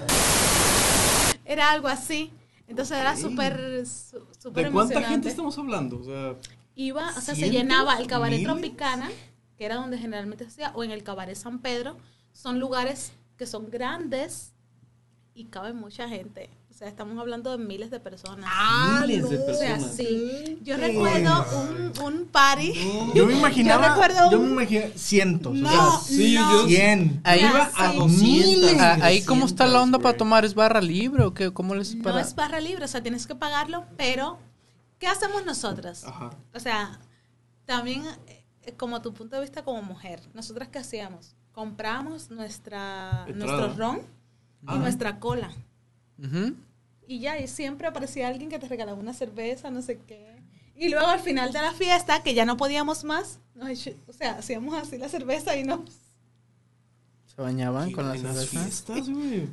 Speaker 3: Era algo así. Entonces era
Speaker 4: Ok.
Speaker 3: súper, su- súper
Speaker 4: ¿De cuánta gente
Speaker 3: emocionante.
Speaker 4: estamos hablando? O sea,
Speaker 3: Iba, o sea, se
Speaker 4: ¿Cientos?
Speaker 3: llenaba el cabaret
Speaker 4: ¿Miles?
Speaker 3: Tropicana, que era donde generalmente se hacía, o en el cabaret San Pedro. Son lugares que son grandes y cabe mucha gente. O sea, estamos hablando de miles de personas.
Speaker 4: Ah, miles de
Speaker 3: O sea,
Speaker 4: personas.
Speaker 3: sí. Yo recuerdo un, un party.
Speaker 1: Yo me imaginaba. Yo,
Speaker 3: Yo recuerdo
Speaker 1: me
Speaker 3: un-
Speaker 1: imaginé cientos.
Speaker 3: No,
Speaker 1: o
Speaker 4: sí,
Speaker 3: no.
Speaker 1: sea, 100.
Speaker 2: Ahí
Speaker 3: Ya,
Speaker 2: va
Speaker 3: sí.
Speaker 4: a
Speaker 1: Miles.
Speaker 4: 200.
Speaker 2: Ah, ahí cómo está la
Speaker 4: 300,
Speaker 2: onda para
Speaker 4: güey.
Speaker 2: tomar es barra libre o qué cómo les
Speaker 3: No
Speaker 2: para
Speaker 3: es barra libre, o sea, tienes que pagarlo, pero ¿qué hacemos nosotras?
Speaker 4: Ajá.
Speaker 3: O sea, también eh, como tu punto de vista como mujer, nosotras qué hacíamos? Compramos nuestra
Speaker 4: Entrada.
Speaker 3: nuestro ron
Speaker 4: Ah.
Speaker 3: y nuestra cola.
Speaker 2: Ujú.
Speaker 3: Y ya, y siempre aparecía alguien que te regalaba una cerveza, no sé qué. Y luego al final de la fiesta, que ya no podíamos más, nos eche- o sea, hacíamos así la cerveza y nos...
Speaker 2: se bañaban con las
Speaker 4: En las
Speaker 2: cervezas.
Speaker 4: fiestas, güey.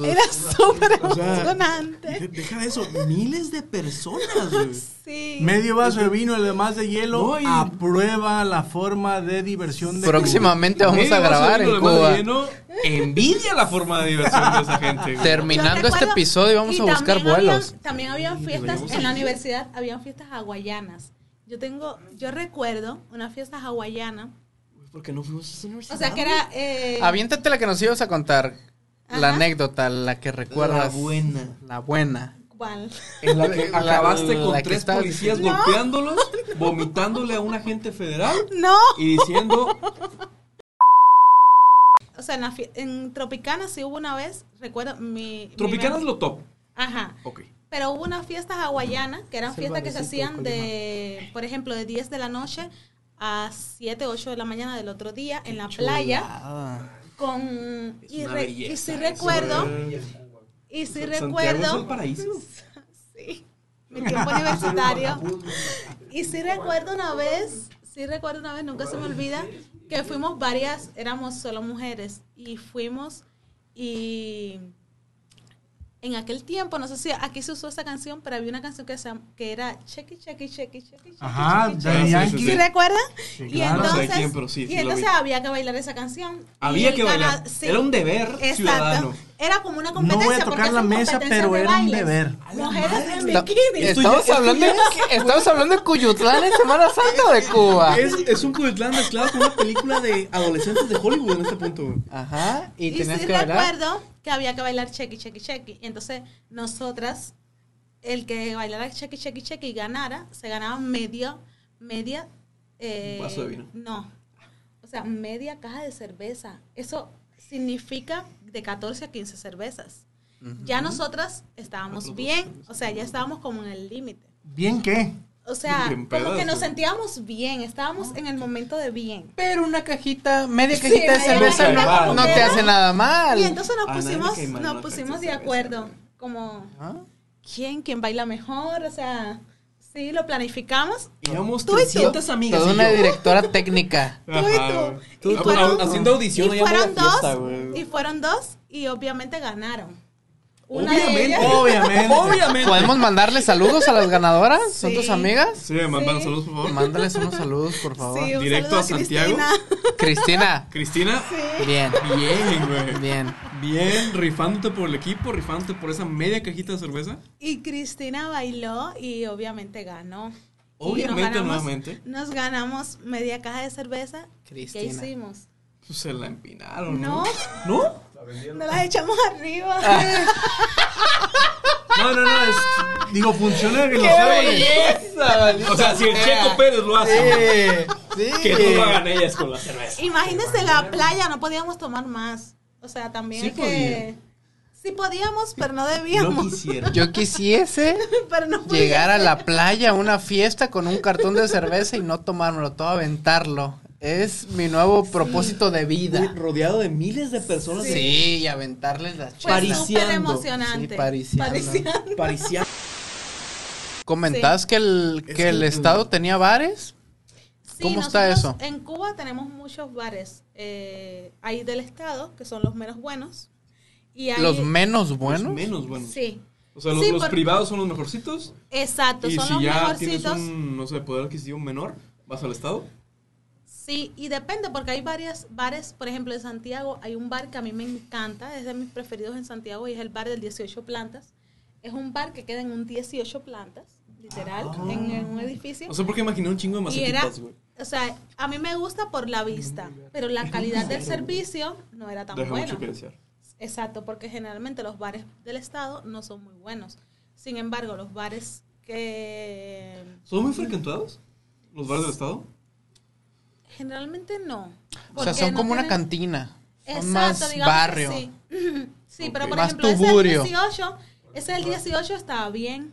Speaker 3: Era súper
Speaker 4: Pues, O sea,
Speaker 3: emocionante.
Speaker 4: Deja- Deja de eso, miles de personas, güey.
Speaker 3: Sí.
Speaker 1: Medio vaso de vino, el demás de hielo.
Speaker 4: No, y-
Speaker 1: Aprueba la forma de diversión de
Speaker 2: Próximamente vamos
Speaker 4: Medio
Speaker 2: a
Speaker 4: vaso
Speaker 2: grabar
Speaker 4: de
Speaker 2: en
Speaker 4: vino de
Speaker 2: Cuba.
Speaker 4: Madrid, ¿no? Envidia la forma de diversión de esa gente. güey.
Speaker 2: Terminando
Speaker 3: Yo
Speaker 2: este
Speaker 3: recuerdo-
Speaker 2: episodio vamos
Speaker 3: y
Speaker 2: a buscar
Speaker 3: también habían-
Speaker 2: vuelos.
Speaker 3: también habían fiestas
Speaker 4: deberíamos
Speaker 3: en la
Speaker 4: ir.
Speaker 3: universidad, habían fiestas hawaianas. Yo tengo, yo recuerdo una fiesta hawaiana,
Speaker 4: Uy, ¿Por qué no fuimos a esa universidad?
Speaker 3: o sea que era eh,
Speaker 2: Aviéntate la que nos ibas a contar. La
Speaker 3: Ajá.
Speaker 2: anécdota, la que
Speaker 4: La
Speaker 2: recuerdas.
Speaker 4: buena.
Speaker 2: La buena.
Speaker 3: ¿cuál?
Speaker 4: En la que
Speaker 2: La-
Speaker 4: acabaste con
Speaker 2: la que
Speaker 4: tres
Speaker 2: estabas
Speaker 4: policías
Speaker 2: diciendo.
Speaker 4: golpeándolos, vomitándole a un agente federal
Speaker 3: No,
Speaker 4: y diciendo
Speaker 3: o sea, en, la fie- en Tropicana sí hubo una vez, recuerdo mi mi
Speaker 4: Tropicanas
Speaker 3: mem-
Speaker 4: lo top.
Speaker 3: Ajá.
Speaker 4: Ok.
Speaker 3: Pero hubo unas fiestas hawaianas, que eran
Speaker 2: Es el
Speaker 3: fiestas que se
Speaker 2: barecito de
Speaker 3: hacían de, por ejemplo, de 10 de la noche a 7, 8 de la mañana del otro día en la playa
Speaker 2: Ah.
Speaker 3: con
Speaker 4: Es
Speaker 3: y,
Speaker 4: una
Speaker 3: re- y
Speaker 4: belleza
Speaker 3: sí
Speaker 4: eso,
Speaker 3: recuerdo
Speaker 4: güey.
Speaker 3: y sí
Speaker 4: Santiago
Speaker 3: recuerdo
Speaker 4: es el paraíso.
Speaker 3: Sí, mi tiempo universitario. Y sí recuerdo una vez, sí recuerdo una vez, nunca se me olvida, que fuimos varias, éramos solo mujeres, y fuimos y en aquel tiempo, no sé si aquí se usó esa canción, pero había una canción que, se, llam- que era Checky, Checky, Checky, Checky.
Speaker 1: Ajá,
Speaker 3: Checky,
Speaker 1: Daddy
Speaker 4: sí,
Speaker 1: Yankee.
Speaker 4: sí,
Speaker 3: ¿Sí recuerdan?
Speaker 1: Sí,
Speaker 3: Y
Speaker 1: claro.
Speaker 4: No sé
Speaker 3: entonces,
Speaker 4: quién, pero sí,
Speaker 3: y
Speaker 4: sí lo
Speaker 3: entonces
Speaker 4: vi.
Speaker 3: había que bailar esa canción. Y
Speaker 4: Había
Speaker 3: el
Speaker 4: que bailar.
Speaker 3: gana- sí.
Speaker 4: Era un deber ciudadano.
Speaker 3: Era como una
Speaker 1: No
Speaker 3: competencia.
Speaker 1: voy a
Speaker 3: porque
Speaker 1: tocar la
Speaker 3: son
Speaker 1: mesa,
Speaker 3: competencias
Speaker 1: pero
Speaker 3: de
Speaker 1: era un
Speaker 3: bailes.
Speaker 1: deber.
Speaker 3: Mujeres en
Speaker 2: Esta-
Speaker 3: bikini.
Speaker 4: Esto
Speaker 2: estamos,
Speaker 4: ya-
Speaker 2: hablando, de, estamos hablando de Cuyutlán en Semana Santa o de Cuba.
Speaker 4: Es, es un Cuitlán mezclado con una película de adolescentes de Hollywood en este punto, güey.
Speaker 2: Ajá, y,
Speaker 3: Y,
Speaker 2: tenías
Speaker 3: sí
Speaker 2: que bailar.
Speaker 3: recuerdo que había que bailar chequi, chequi, chequi. Y entonces, nosotras, el que bailara chequi, chequi, chequi y ganara, se ganaba medio, media... eh,
Speaker 4: Un vaso de vino.
Speaker 3: No. O sea, media caja de cerveza. Eso significa de 14 a 15 cervezas. Ya nosotras estábamos
Speaker 4: Otros dos
Speaker 3: bien, o sea, ya estábamos como en el límite.
Speaker 1: ¿Bien qué?
Speaker 3: O sea,
Speaker 4: Bien Ah.
Speaker 3: como que
Speaker 4: pedas,
Speaker 3: nos
Speaker 4: ¿no?
Speaker 3: sentíamos bien, estábamos en el momento de bien.
Speaker 2: Pero una cajita, media
Speaker 3: Sí,
Speaker 2: cajita de
Speaker 3: media
Speaker 2: cerveza
Speaker 4: cajita
Speaker 2: no,
Speaker 4: de
Speaker 2: no te
Speaker 4: cerveza.
Speaker 2: hace nada mal.
Speaker 3: Y entonces
Speaker 4: A
Speaker 3: nos
Speaker 4: nadie le
Speaker 3: pusimos,
Speaker 4: cae mal
Speaker 3: nos
Speaker 4: una
Speaker 3: pusimos de
Speaker 4: cerveza,
Speaker 3: acuerdo,
Speaker 4: güey.
Speaker 3: como
Speaker 2: Ajá.
Speaker 3: quién, quién baila mejor, o sea, sí, lo planificamos.
Speaker 4: Y Íbamos
Speaker 3: Tú y tú.
Speaker 4: 300 amigas.
Speaker 2: Toda
Speaker 4: y
Speaker 2: una
Speaker 4: yo.
Speaker 2: directora técnica.
Speaker 3: Tú y tú.
Speaker 4: Tú-
Speaker 3: Y
Speaker 4: Ah,
Speaker 3: fueron-
Speaker 4: haciendo audición
Speaker 3: y
Speaker 4: allá en la
Speaker 3: fueron
Speaker 4: fiesta,
Speaker 3: dos,
Speaker 4: güey.
Speaker 3: y fueron dos, y obviamente ganaron.
Speaker 4: Obviamente.
Speaker 1: Obviamente.
Speaker 4: Obviamente.
Speaker 2: ¿Podemos mandarle saludos a las ganadoras? ¿Son
Speaker 3: Sí.
Speaker 2: tus amigas?
Speaker 4: Sí, mandan
Speaker 3: Sí.
Speaker 4: saludos, por favor.
Speaker 2: Mándales unos saludos, por favor.
Speaker 3: sí, un
Speaker 4: Oh, Directo
Speaker 3: saludo
Speaker 4: a Santiago.
Speaker 3: Cristina.
Speaker 2: Cristina,
Speaker 4: Cristina,
Speaker 2: bien,
Speaker 4: bien, güey.
Speaker 2: bien.
Speaker 4: Bien, rifándote por el equipo, rifándote por esa media cajita de cerveza.
Speaker 3: Y Cristina bailó y obviamente ganó. Y nos
Speaker 4: Obviamente,
Speaker 3: ganamos-
Speaker 4: nuevamente.
Speaker 3: Nos ganamos media caja de cerveza. ¿Qué
Speaker 2: Cristina.
Speaker 3: hicimos?
Speaker 4: Pues se la empinaron,
Speaker 3: No.
Speaker 4: ¿no? ¿No?
Speaker 3: Nos las echamos arriba.
Speaker 4: No, no, no. es-
Speaker 1: Digo, funciona que los árboles.
Speaker 4: o sea, si el Checo Pérez lo hace,
Speaker 2: Sí, sí.
Speaker 4: que no lo hagan ellas con la cerveza.
Speaker 3: Imagínense la playa, no podíamos tomar más. O sea, también
Speaker 4: Sí
Speaker 3: es que. Sí podíamos, pero no
Speaker 4: No
Speaker 3: debíamos.
Speaker 4: quisiera.
Speaker 2: Yo quisiese
Speaker 3: pero no podíamos.
Speaker 2: llegar a la playa, a una fiesta con un cartón de cerveza y no tomármelo, todo aventarlo. Es mi nuevo propósito de vida.
Speaker 4: rodeado de miles de personas.
Speaker 2: Sí, y aventarles las
Speaker 3: Fue
Speaker 2: chicas.
Speaker 3: súper
Speaker 4: Pariciando.
Speaker 3: emocionante.
Speaker 2: Sí, pariciando.
Speaker 3: Pariciando.
Speaker 4: Parecía.
Speaker 3: pues,
Speaker 2: Comentabas que el,
Speaker 4: Es
Speaker 2: que el
Speaker 4: que-
Speaker 2: estado tenía bares.
Speaker 3: Sí,
Speaker 2: ¿Cómo está
Speaker 3: nosotros
Speaker 2: eso?
Speaker 3: En Cuba tenemos muchos bares eh, ahí del estado, que son los menos buenos. Y ahí,
Speaker 2: Los menos buenos.
Speaker 4: Menos buenos.
Speaker 3: Sí,
Speaker 4: O sea, los,
Speaker 3: Sí,
Speaker 4: los
Speaker 3: por-
Speaker 4: privados son los mejorcitos.
Speaker 3: exacto,
Speaker 4: Y
Speaker 3: son
Speaker 4: si
Speaker 3: los
Speaker 4: ya tienes
Speaker 3: mejorcitos.
Speaker 4: un, no sé, poder adquisitivo menor, vas al estado.
Speaker 3: Sí, y depende, porque hay varios bares, por ejemplo, en Santiago hay un bar que a mí me encanta, es de mis preferidos en Santiago y es el bar del 18 plantas. Es un bar que queda en un 18 plantas, literal, en, en un edificio.
Speaker 4: No sé por qué imaginé un chingo de
Speaker 3: y era,
Speaker 4: macetitas, güey.
Speaker 3: o sea, a mí me gusta por la vista, pero la calidad del servicio no era tan
Speaker 4: Deja
Speaker 3: buena.
Speaker 4: mucho que desear.
Speaker 3: Exacto, porque generalmente los bares del estado no son muy buenos. Sin embargo, los bares que
Speaker 4: ¿Son muy frecuentados los bares del estado?
Speaker 3: generalmente no.
Speaker 2: O sea,
Speaker 3: porque
Speaker 2: son
Speaker 3: no
Speaker 2: como una
Speaker 3: tienen-
Speaker 2: cantina. Son
Speaker 3: Exacto,
Speaker 2: más
Speaker 3: digamos que
Speaker 2: barrio.
Speaker 3: Sí, Sí,
Speaker 4: Ok.
Speaker 3: pero por
Speaker 2: Más
Speaker 3: ejemplo, ese del
Speaker 2: tuburio.
Speaker 3: 18, ese del 18 estaba bien.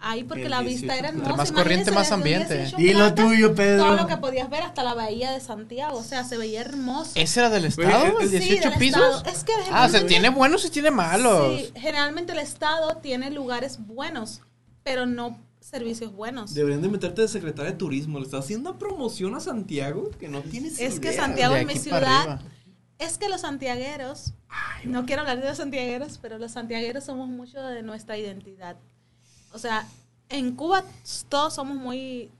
Speaker 3: Ahí porque
Speaker 4: El
Speaker 3: la
Speaker 4: 18.
Speaker 3: vista era
Speaker 4: Entre
Speaker 3: hermosa.
Speaker 2: más
Speaker 3: imagínense
Speaker 2: corriente, más
Speaker 3: desde un
Speaker 2: ambiente.
Speaker 3: 18
Speaker 1: Y lo
Speaker 3: plantas,
Speaker 1: tuyo, Pedro.
Speaker 3: Todo lo que podías ver hasta la bahía de Santiago, o sea, se veía hermoso.
Speaker 2: ¿Ese era del
Speaker 4: Güey,
Speaker 2: estado?
Speaker 4: es-
Speaker 2: ¿El
Speaker 4: es-
Speaker 3: Sí,
Speaker 2: 18
Speaker 3: del
Speaker 2: pisos?
Speaker 3: estado. Es que
Speaker 2: Ah, o sea,
Speaker 3: generalmente-
Speaker 2: tiene buenos y tiene malos.
Speaker 3: Sí, generalmente el Estado tiene lugares buenos, pero no servicios buenos.
Speaker 4: Deberían de meterte de secretaria de turismo. Le está haciendo promoción a Santiago que no tienes
Speaker 3: Es que
Speaker 4: idea,
Speaker 3: Santiago
Speaker 2: De
Speaker 3: en mi
Speaker 2: aquí para
Speaker 3: ciudad
Speaker 2: arriba.
Speaker 3: es que los santiagueros, no quiero hablar de los santiagueros, pero los santiagueros somos mucho de nuestra identidad. O sea, en Cuba todos somos muy...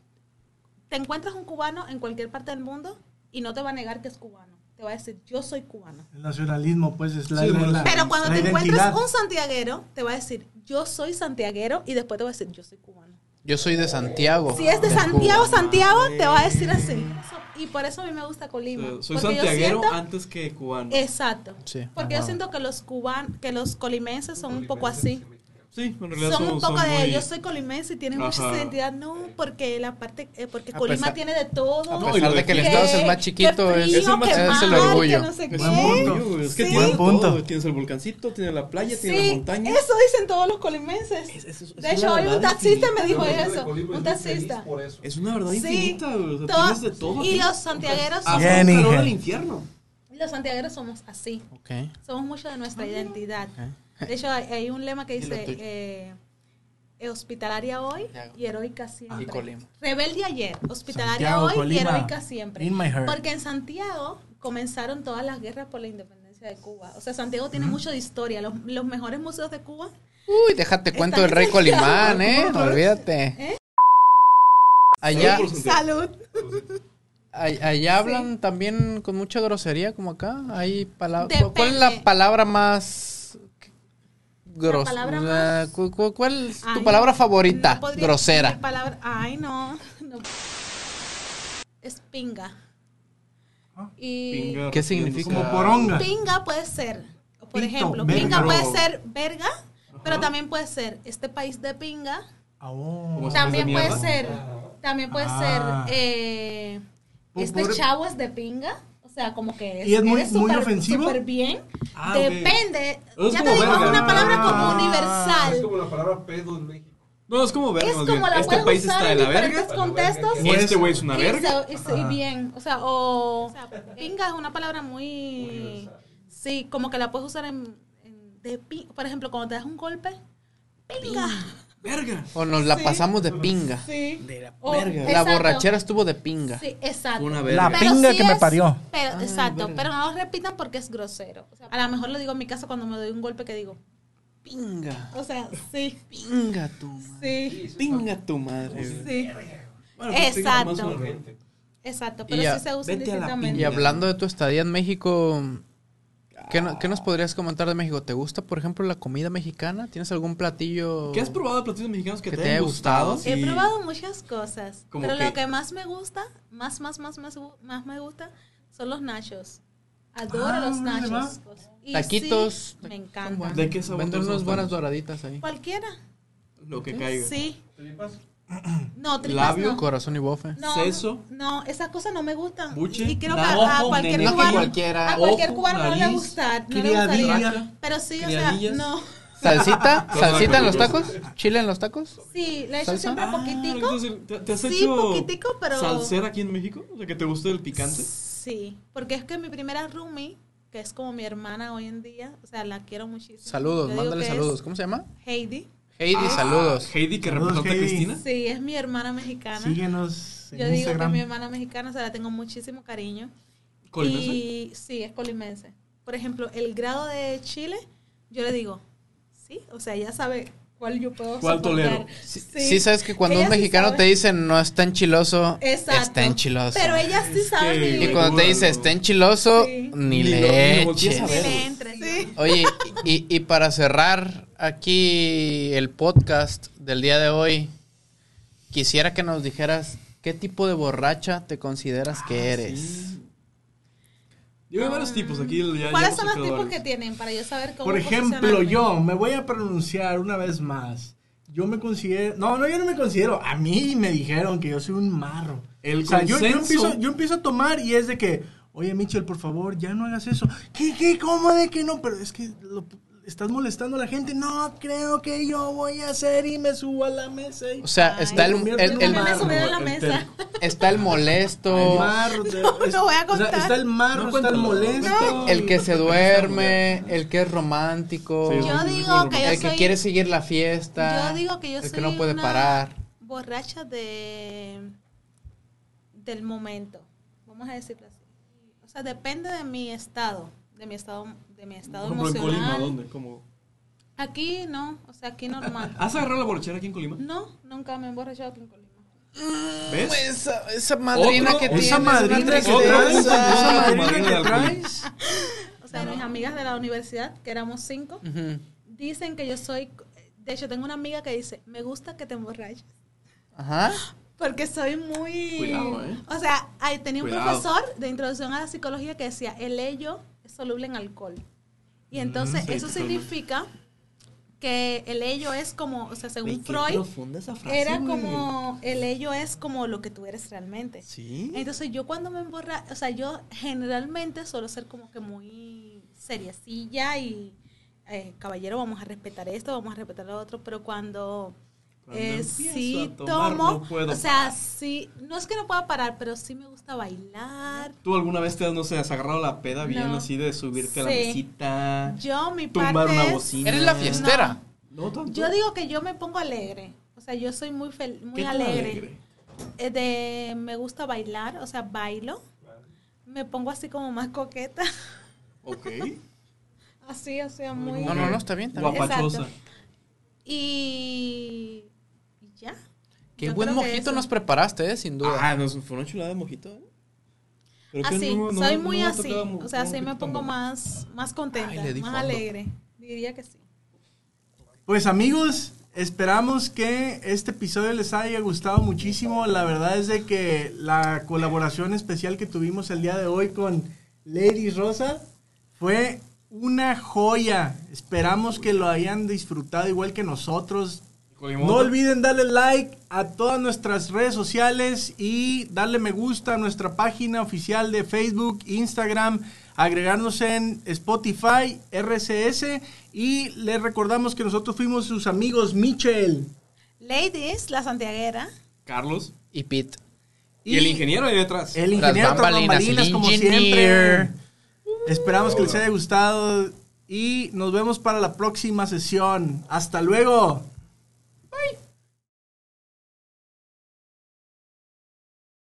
Speaker 3: Te encuentras un cubano en cualquier parte del mundo y no te va a negar que es cubano. Te va a decir, yo soy cubano.
Speaker 1: El nacionalismo, pues, es la.
Speaker 4: Sí,
Speaker 1: la-
Speaker 4: bueno,
Speaker 1: la-
Speaker 3: Pero cuando
Speaker 1: la
Speaker 3: te
Speaker 1: identidad.
Speaker 3: encuentras un santiaguero, te va a decir, yo soy santiaguero y después te va a decir, yo soy cubano.
Speaker 2: Yo soy Oh, de Santiago.
Speaker 3: Si es de
Speaker 2: Cuba.
Speaker 3: Santiago, Santiago, te va a decir así. Y por eso a mí me gusta
Speaker 4: güey.
Speaker 3: Colima.
Speaker 4: O sea, Soy
Speaker 3: porque yo
Speaker 4: santiaguero
Speaker 3: siento-
Speaker 4: antes que cubano.
Speaker 3: Exacto.
Speaker 2: Sí,
Speaker 3: Porque
Speaker 2: ajá.
Speaker 3: yo siento que los cubanos, que los colimenses son un poco así.
Speaker 4: Sí, en realidad
Speaker 3: Son un
Speaker 4: somos-
Speaker 3: poco
Speaker 4: son
Speaker 3: de
Speaker 4: muy-
Speaker 3: yo soy colimense y tienen mucha
Speaker 4: Ajá.
Speaker 3: identidad. No, porque la parte, eh, porque
Speaker 2: A
Speaker 3: Colima
Speaker 2: pesar-
Speaker 3: tiene de todo.
Speaker 2: A
Speaker 4: No, y
Speaker 2: pesar
Speaker 4: lo
Speaker 2: de que el
Speaker 4: de-
Speaker 2: estado es el más
Speaker 3: que
Speaker 2: chiquito, es,
Speaker 3: frío,
Speaker 4: es el más-
Speaker 3: que
Speaker 2: es el
Speaker 3: mar, que
Speaker 2: orgullo.
Speaker 3: no sé
Speaker 4: Es
Speaker 3: qué.
Speaker 4: un orgullo, güey. Es que
Speaker 3: ¿Eh? Sí.
Speaker 4: tiene
Speaker 1: Buen punto.
Speaker 4: todo. Tienes el volcancito, tienes la playa, tienes la
Speaker 3: Sí,
Speaker 4: montaña.
Speaker 3: eso dicen todos los colimenses.
Speaker 4: Es- es- es
Speaker 3: de hecho,
Speaker 4: una
Speaker 3: hoy un
Speaker 4: verdad
Speaker 3: taxista
Speaker 4: infinita,
Speaker 3: me dijo
Speaker 4: güey.
Speaker 3: eso. Un taxista.
Speaker 4: Es una verdad
Speaker 3: Sí.
Speaker 4: infinita, güey. O sea,
Speaker 3: Todo-
Speaker 4: tienes de todo.
Speaker 3: y
Speaker 4: aquí.
Speaker 3: los santiagueros
Speaker 4: Hasta
Speaker 3: son-
Speaker 1: Bien,
Speaker 4: un calor
Speaker 1: hija.
Speaker 4: al infierno.
Speaker 3: los santiagueros somos así.
Speaker 2: Ok.
Speaker 3: Somos mucho de nuestra
Speaker 2: Ah.
Speaker 3: identidad.
Speaker 1: Ah.
Speaker 3: De hecho, hay, hay un lema que
Speaker 2: Y lo
Speaker 3: dice,
Speaker 2: tuyo.
Speaker 3: eh, eh, hospitalaria hoy
Speaker 2: Santiago.
Speaker 3: y heroica siempre.
Speaker 2: Y Colima.
Speaker 3: Rebelde ayer, hospitalaria
Speaker 1: Santiago,
Speaker 3: hoy y
Speaker 1: Colima.
Speaker 3: heroica siempre.
Speaker 1: In my heart.
Speaker 3: Porque en Santiago comenzaron todas las guerras por la independencia influencia de Cuba. O sea, Santiago tiene mucho de historia. Los, los mejores museos de Cuba.
Speaker 2: Uy, déjate cuento del rey Colimán, ¿eh?
Speaker 3: ¿Eh?
Speaker 2: Olvídate. Allá,
Speaker 4: Saludos por Santiago.
Speaker 3: Salud.
Speaker 2: ay- allá hablan también con mucha grosería como acá. Hay palabras. ¿Cuál es la
Speaker 3: Depende.
Speaker 2: palabra más
Speaker 3: La
Speaker 2: grosera?
Speaker 3: palabra más-
Speaker 2: ¿Cu- cu- ¿Cuál es tu
Speaker 3: Ay,
Speaker 2: palabra
Speaker 3: no.
Speaker 2: favorita?
Speaker 3: No podría
Speaker 2: grosera.
Speaker 3: decir palabra- ay, no. no. Es pinga.
Speaker 1: Ah,
Speaker 3: Y
Speaker 4: Pinga,
Speaker 2: ¿Qué significa?
Speaker 1: Como poronga.
Speaker 3: pinga puede ser, por
Speaker 1: Pito,
Speaker 3: ejemplo,
Speaker 1: verga.
Speaker 3: pinga puede
Speaker 4: Pero-
Speaker 3: ser verga, pero también puede ser este país de pinga.
Speaker 1: Ah, oh.
Speaker 4: Como- sea,
Speaker 3: También
Speaker 4: de
Speaker 3: puede
Speaker 4: mierda.
Speaker 3: ser, también puede
Speaker 1: Ah.
Speaker 3: ser, eh,
Speaker 1: Por-
Speaker 3: este
Speaker 1: por-
Speaker 3: chavo es de pinga. O sea, como que
Speaker 1: ¿Y es muy-
Speaker 3: eres
Speaker 1: muy
Speaker 3: súper-
Speaker 1: ofensivo?
Speaker 3: súper bien.
Speaker 4: Ah, ok.
Speaker 3: Depende.
Speaker 4: Es
Speaker 3: ya
Speaker 4: como
Speaker 3: te digo,
Speaker 4: verga.
Speaker 3: una palabra como
Speaker 1: Ah.
Speaker 6: Es
Speaker 3: universal.
Speaker 6: como la palabra pedo en México.
Speaker 4: No, es como verga.
Speaker 3: Es
Speaker 4: más
Speaker 3: como
Speaker 4: bien.
Speaker 3: la
Speaker 4: este país
Speaker 3: puedes
Speaker 4: está
Speaker 3: usar
Speaker 4: de
Speaker 3: en
Speaker 4: la verga.
Speaker 3: diferentes contextos.
Speaker 6: Ni
Speaker 4: Este güey es una
Speaker 3: Y
Speaker 4: verga.
Speaker 3: se- y se- y bien, o sea, o, pinga es una palabra muy... Sí, como que la puedes usar en... en- de pi- por ejemplo, cuando te das un golpe, pinga.
Speaker 4: Verga.
Speaker 2: O nos la
Speaker 3: Sí.
Speaker 2: pasamos de pinga.
Speaker 3: Sí. O-
Speaker 2: La
Speaker 3: exacto.
Speaker 2: borrachera estuvo de pinga.
Speaker 3: Sí, exacto.
Speaker 4: Una
Speaker 1: La
Speaker 4: verga.
Speaker 3: Pero
Speaker 1: pinga
Speaker 3: sí
Speaker 1: que me
Speaker 3: es-
Speaker 1: parió.
Speaker 3: Pero,
Speaker 2: Ah,
Speaker 3: exacto,
Speaker 2: verga.
Speaker 3: pero no lo repitan porque es grosero. O sea, a lo mejor lo digo en mi casa cuando me doy un golpe que digo,
Speaker 2: Pinga.
Speaker 3: o sea, sí,
Speaker 2: Pinga tu madre.
Speaker 3: sí,
Speaker 2: Pinga tu madre. güey.
Speaker 3: sí.
Speaker 4: Bueno, pues, tengo
Speaker 3: Exacto.
Speaker 4: más una-
Speaker 3: Exacto,
Speaker 2: Y
Speaker 3: pero
Speaker 2: ya,
Speaker 3: sí se usa
Speaker 4: vete a la
Speaker 3: indistintamente.
Speaker 2: Y hablando de tu estadía en México, ¿qué, no- qué nos podrías comentar de México? ¿Te gusta, por ejemplo, la comida mexicana? ¿Tienes algún platillo?
Speaker 4: ¿Qué has probado de platillos mexicanos que,
Speaker 2: ¿Que
Speaker 4: te,
Speaker 2: te
Speaker 4: hayan
Speaker 2: haya
Speaker 4: gustado?
Speaker 2: gustado?
Speaker 3: He
Speaker 4: Sí.
Speaker 3: probado muchas cosas,
Speaker 4: ¿Cómo
Speaker 3: pero
Speaker 4: qué?
Speaker 3: lo que más me gusta, más, más, más, más, gu- más me gusta, son los nachos. Adoro
Speaker 1: Ah,
Speaker 3: los
Speaker 1: ¿dónde
Speaker 3: nachos.
Speaker 1: va?
Speaker 3: Y
Speaker 2: Taquitos.
Speaker 3: sí, me
Speaker 2: Son
Speaker 3: encantan.
Speaker 2: buenos.
Speaker 4: ¿De qué sabor
Speaker 2: Venden
Speaker 4: son
Speaker 2: unas
Speaker 4: los
Speaker 2: buenas
Speaker 4: tacos?
Speaker 2: doraditas ahí.
Speaker 3: Cualquiera.
Speaker 4: Lo que caiga.
Speaker 3: Sí.
Speaker 6: ¿Tripas?
Speaker 3: No, tripas
Speaker 4: Labio,
Speaker 3: no.
Speaker 2: Corazón y bofe.
Speaker 3: No,
Speaker 4: seso.
Speaker 3: No, esas cosas no me gustan.
Speaker 4: Buche,
Speaker 3: y creo que
Speaker 4: nabo,
Speaker 3: a, a cualquier
Speaker 4: menejo,
Speaker 3: cubano,
Speaker 2: cualquiera.
Speaker 3: a cualquier
Speaker 4: Ojo,
Speaker 3: cubano no le
Speaker 4: nariz,
Speaker 3: gusta, no le gustaría.
Speaker 1: Criadilla.
Speaker 3: Pero sí, o sea,
Speaker 4: criadillas.
Speaker 3: no.
Speaker 2: ¿Salsita?
Speaker 4: Todo
Speaker 2: ¿Salsita en los
Speaker 4: maravilloso.
Speaker 2: tacos? ¿Chile en los tacos?
Speaker 3: Sí, le echo
Speaker 2: ¿Salsa?
Speaker 3: siempre
Speaker 4: Ah,
Speaker 3: poquitico.
Speaker 4: entonces, ¿Te, te has
Speaker 3: Sí,
Speaker 4: hecho
Speaker 3: poquitico, pero-
Speaker 4: salsera aquí en México? O sea, que te guste el picante.
Speaker 3: Sí, porque es que mi primera roomie, que es como mi hermana hoy en día, o sea, la quiero muchísimo.
Speaker 2: Saludos,
Speaker 3: Yo digo
Speaker 2: mándale
Speaker 3: que es
Speaker 2: saludos. ¿Cómo se llama?
Speaker 3: Heidi.
Speaker 2: Heidi, saludos.
Speaker 4: Heidi, que
Speaker 1: Saludos,
Speaker 4: representa a
Speaker 1: Heidi.
Speaker 4: Cristina.
Speaker 3: Sí, es mi hermana mexicana.
Speaker 1: Síguenos en
Speaker 3: Yo digo que
Speaker 1: Instagram.
Speaker 3: es mi hermana mexicana, o sea, la tengo muchísimo cariño.
Speaker 4: Colimense.
Speaker 3: Y sí, es colimense. Por ejemplo, el grado de Chile, yo le digo, sí, o sea, ella sabe cuál yo puedo
Speaker 4: ¿Cuál
Speaker 3: soportar.
Speaker 4: tolero?
Speaker 2: Sí, sí sabes que cuando
Speaker 3: Ella
Speaker 2: un
Speaker 3: sí
Speaker 2: mexicano
Speaker 3: sabe.
Speaker 2: te dice no está enchiloso,
Speaker 3: Exacto.
Speaker 2: está enchiloso.
Speaker 3: Pero ella sí sabe
Speaker 4: que-
Speaker 3: mi
Speaker 2: Y cuando te dice está enchiloso,
Speaker 3: Sí.
Speaker 4: Ni lo- ni
Speaker 2: ni, le
Speaker 4: lo volteas a
Speaker 2: eches.
Speaker 4: ver.
Speaker 3: le entra, sí.
Speaker 2: Oye, y, y para cerrar aquí el podcast del día de hoy, quisiera que nos dijeras qué tipo de borracha te consideras
Speaker 4: Ah,
Speaker 2: que eres.
Speaker 4: Yo veo varios tipos aquí. Ya,
Speaker 3: ¿Cuáles
Speaker 4: ya
Speaker 3: son
Speaker 4: hemos
Speaker 3: los tipos
Speaker 4: sacado
Speaker 3: que
Speaker 4: varios.
Speaker 3: tienen para yo saber cómo
Speaker 1: Por ejemplo,
Speaker 3: posicionarme?
Speaker 1: yo me voy a pronunciar una vez más. Yo me considero. No, no, yo no me considero. A mí me dijeron que yo soy un marro.
Speaker 4: El
Speaker 1: O sea, yo, yo
Speaker 4: consenso-
Speaker 1: empiezo, yo empiezo a tomar y es de que, oye, Michel, por favor, ya no hagas eso. ¿Qué, qué? ¿Cómo de que no? Pero es que lo- estás molestando a la gente. No, creo que yo voy a hacer y me subo a la mesa. y-
Speaker 2: O sea,
Speaker 3: Ay,
Speaker 2: está el,
Speaker 1: me
Speaker 2: el-
Speaker 1: convierto
Speaker 2: el-
Speaker 1: en
Speaker 3: Nunca me he subido a la
Speaker 4: el
Speaker 3: mesa.
Speaker 2: está el
Speaker 1: El
Speaker 2: molesto,
Speaker 1: marro. te-
Speaker 3: No,
Speaker 1: es-
Speaker 3: no voy a
Speaker 1: o sea,
Speaker 3: contar.
Speaker 1: está el marro,
Speaker 4: No,
Speaker 1: está el
Speaker 4: cuéntalo.
Speaker 1: molesto.
Speaker 2: el que se duerme, el que es romántico,
Speaker 4: Sí,
Speaker 3: Yo
Speaker 4: sí, sí,
Speaker 3: digo
Speaker 4: sí,
Speaker 3: que yo
Speaker 2: el que
Speaker 3: soy-
Speaker 2: quiere seguir la fiesta,
Speaker 3: Yo digo que yo
Speaker 2: el
Speaker 3: soy
Speaker 2: que no puede
Speaker 3: una
Speaker 2: parar.
Speaker 3: borracha de del momento. Vamos a decirlo así. O sea, depende de mi estado, de mi estado, de mi
Speaker 4: Por
Speaker 3: estado
Speaker 4: ejemplo, en
Speaker 3: emocional.
Speaker 4: Colima, ¿dónde? ¿Cómo?
Speaker 3: Aquí no, o sea, aquí normal.
Speaker 4: ¿Has agarrado la borrachera aquí en Colima?
Speaker 3: No, nunca me he emborrachado aquí en Colima.
Speaker 4: ¿Ves?
Speaker 2: Esa, esa madrina
Speaker 4: Otro-
Speaker 2: que
Speaker 4: esa
Speaker 2: tiene.
Speaker 1: Esa madrina que
Speaker 4: Otro
Speaker 1: traes.
Speaker 4: punto,
Speaker 1: Esa
Speaker 4: otra
Speaker 1: madrina que
Speaker 4: madrina de
Speaker 1: traes.
Speaker 3: O sea, mis amigas de la universidad, que éramos cinco, dicen que yo soy. De hecho, tengo una amiga que dice: Me gusta que te emborraches.
Speaker 2: Ajá.
Speaker 3: Porque soy muy.
Speaker 4: Cuidado, ¿eh?
Speaker 3: O sea, ahí tenía un
Speaker 4: Cuidado.
Speaker 3: profesor de introducción a la psicología que decía: El ello es soluble en alcohol. Y entonces,
Speaker 4: Mm, sí,
Speaker 3: eso
Speaker 4: totalmente.
Speaker 3: significa que el ello es como, o sea, según Freud, era como. El ello es como lo que tú eres realmente.
Speaker 4: Sí.
Speaker 3: Entonces yo cuando me emborra, o sea, yo generalmente suelo ser como que muy seriecilla y eh, caballero, vamos a respetar esto, vamos a respetar lo otro, pero cuando,
Speaker 4: Cuando
Speaker 3: eh,
Speaker 4: empiezo
Speaker 3: sí
Speaker 4: a tomar,
Speaker 3: tomo,
Speaker 4: no puedo
Speaker 3: o sea,
Speaker 4: parar.
Speaker 3: sí, no es que no pueda parar, pero sí me gusta bailar.
Speaker 4: ¿Tú alguna vez te has, no sé, has agarrado la peda bien
Speaker 3: No.
Speaker 4: así de subirte a la
Speaker 3: Sí.
Speaker 4: mesita,
Speaker 3: Yo mi
Speaker 4: tumbar
Speaker 3: parte
Speaker 4: una
Speaker 3: es-
Speaker 4: bocina?
Speaker 2: Eres la fiestera.
Speaker 4: No, tanto.
Speaker 3: yo digo que yo me pongo alegre, o sea, yo soy muy fel-
Speaker 4: ¿Qué
Speaker 3: muy
Speaker 4: tan
Speaker 3: alegre. Eh, de me gusta bailar, o sea, bailo. Me pongo así como más coqueta.
Speaker 4: Ok.
Speaker 3: así, o sea, muy...
Speaker 2: No, no, no, está bien, está bien.
Speaker 4: Guapachosa.
Speaker 3: Y... y ya.
Speaker 2: Qué
Speaker 3: Yo
Speaker 2: buen
Speaker 3: creo que
Speaker 2: mojito
Speaker 3: eso.
Speaker 2: nos preparaste, eh, sin duda.
Speaker 4: Ah, no, fue una chulada de mojito, ¿eh? Creo que
Speaker 3: Así,
Speaker 4: no- no-
Speaker 3: Ah, soy
Speaker 4: no
Speaker 3: muy
Speaker 4: me ha
Speaker 3: así.
Speaker 4: tocado mo-
Speaker 3: O sea,
Speaker 4: no,
Speaker 3: sí me
Speaker 4: tampoco.
Speaker 3: pongo más, más contenta,
Speaker 2: Ay, le di
Speaker 3: más
Speaker 2: fondo.
Speaker 3: alegre. Diría que sí.
Speaker 1: Pues amigos, esperamos que este episodio les haya gustado muchísimo. La verdad es de que la colaboración especial que tuvimos el día de hoy con Lady Rosa fue una joya. Esperamos que lo hayan disfutado igual que nosotros. No
Speaker 4: Colimote.
Speaker 1: olviden darle like a todas nuestras redes sociales y darle me gusta a nuestra página oficial de Facebook, Instagram, agregarnos en Spotify, RCS y les recordamos que nosotros fuimos sus amigos Michel
Speaker 3: Ladies, la santiaguera.
Speaker 4: Carlos.
Speaker 2: Y Pete.
Speaker 4: Y, el ingeniero ahí detrás.
Speaker 1: el ingeniero
Speaker 2: Las
Speaker 1: tras
Speaker 2: bambalinas,
Speaker 1: bambalinas,
Speaker 2: el
Speaker 1: como
Speaker 2: engineer.
Speaker 1: siempre. Esperamos que les haya gustado y nos vemos para la próxima sesión. Hasta luego.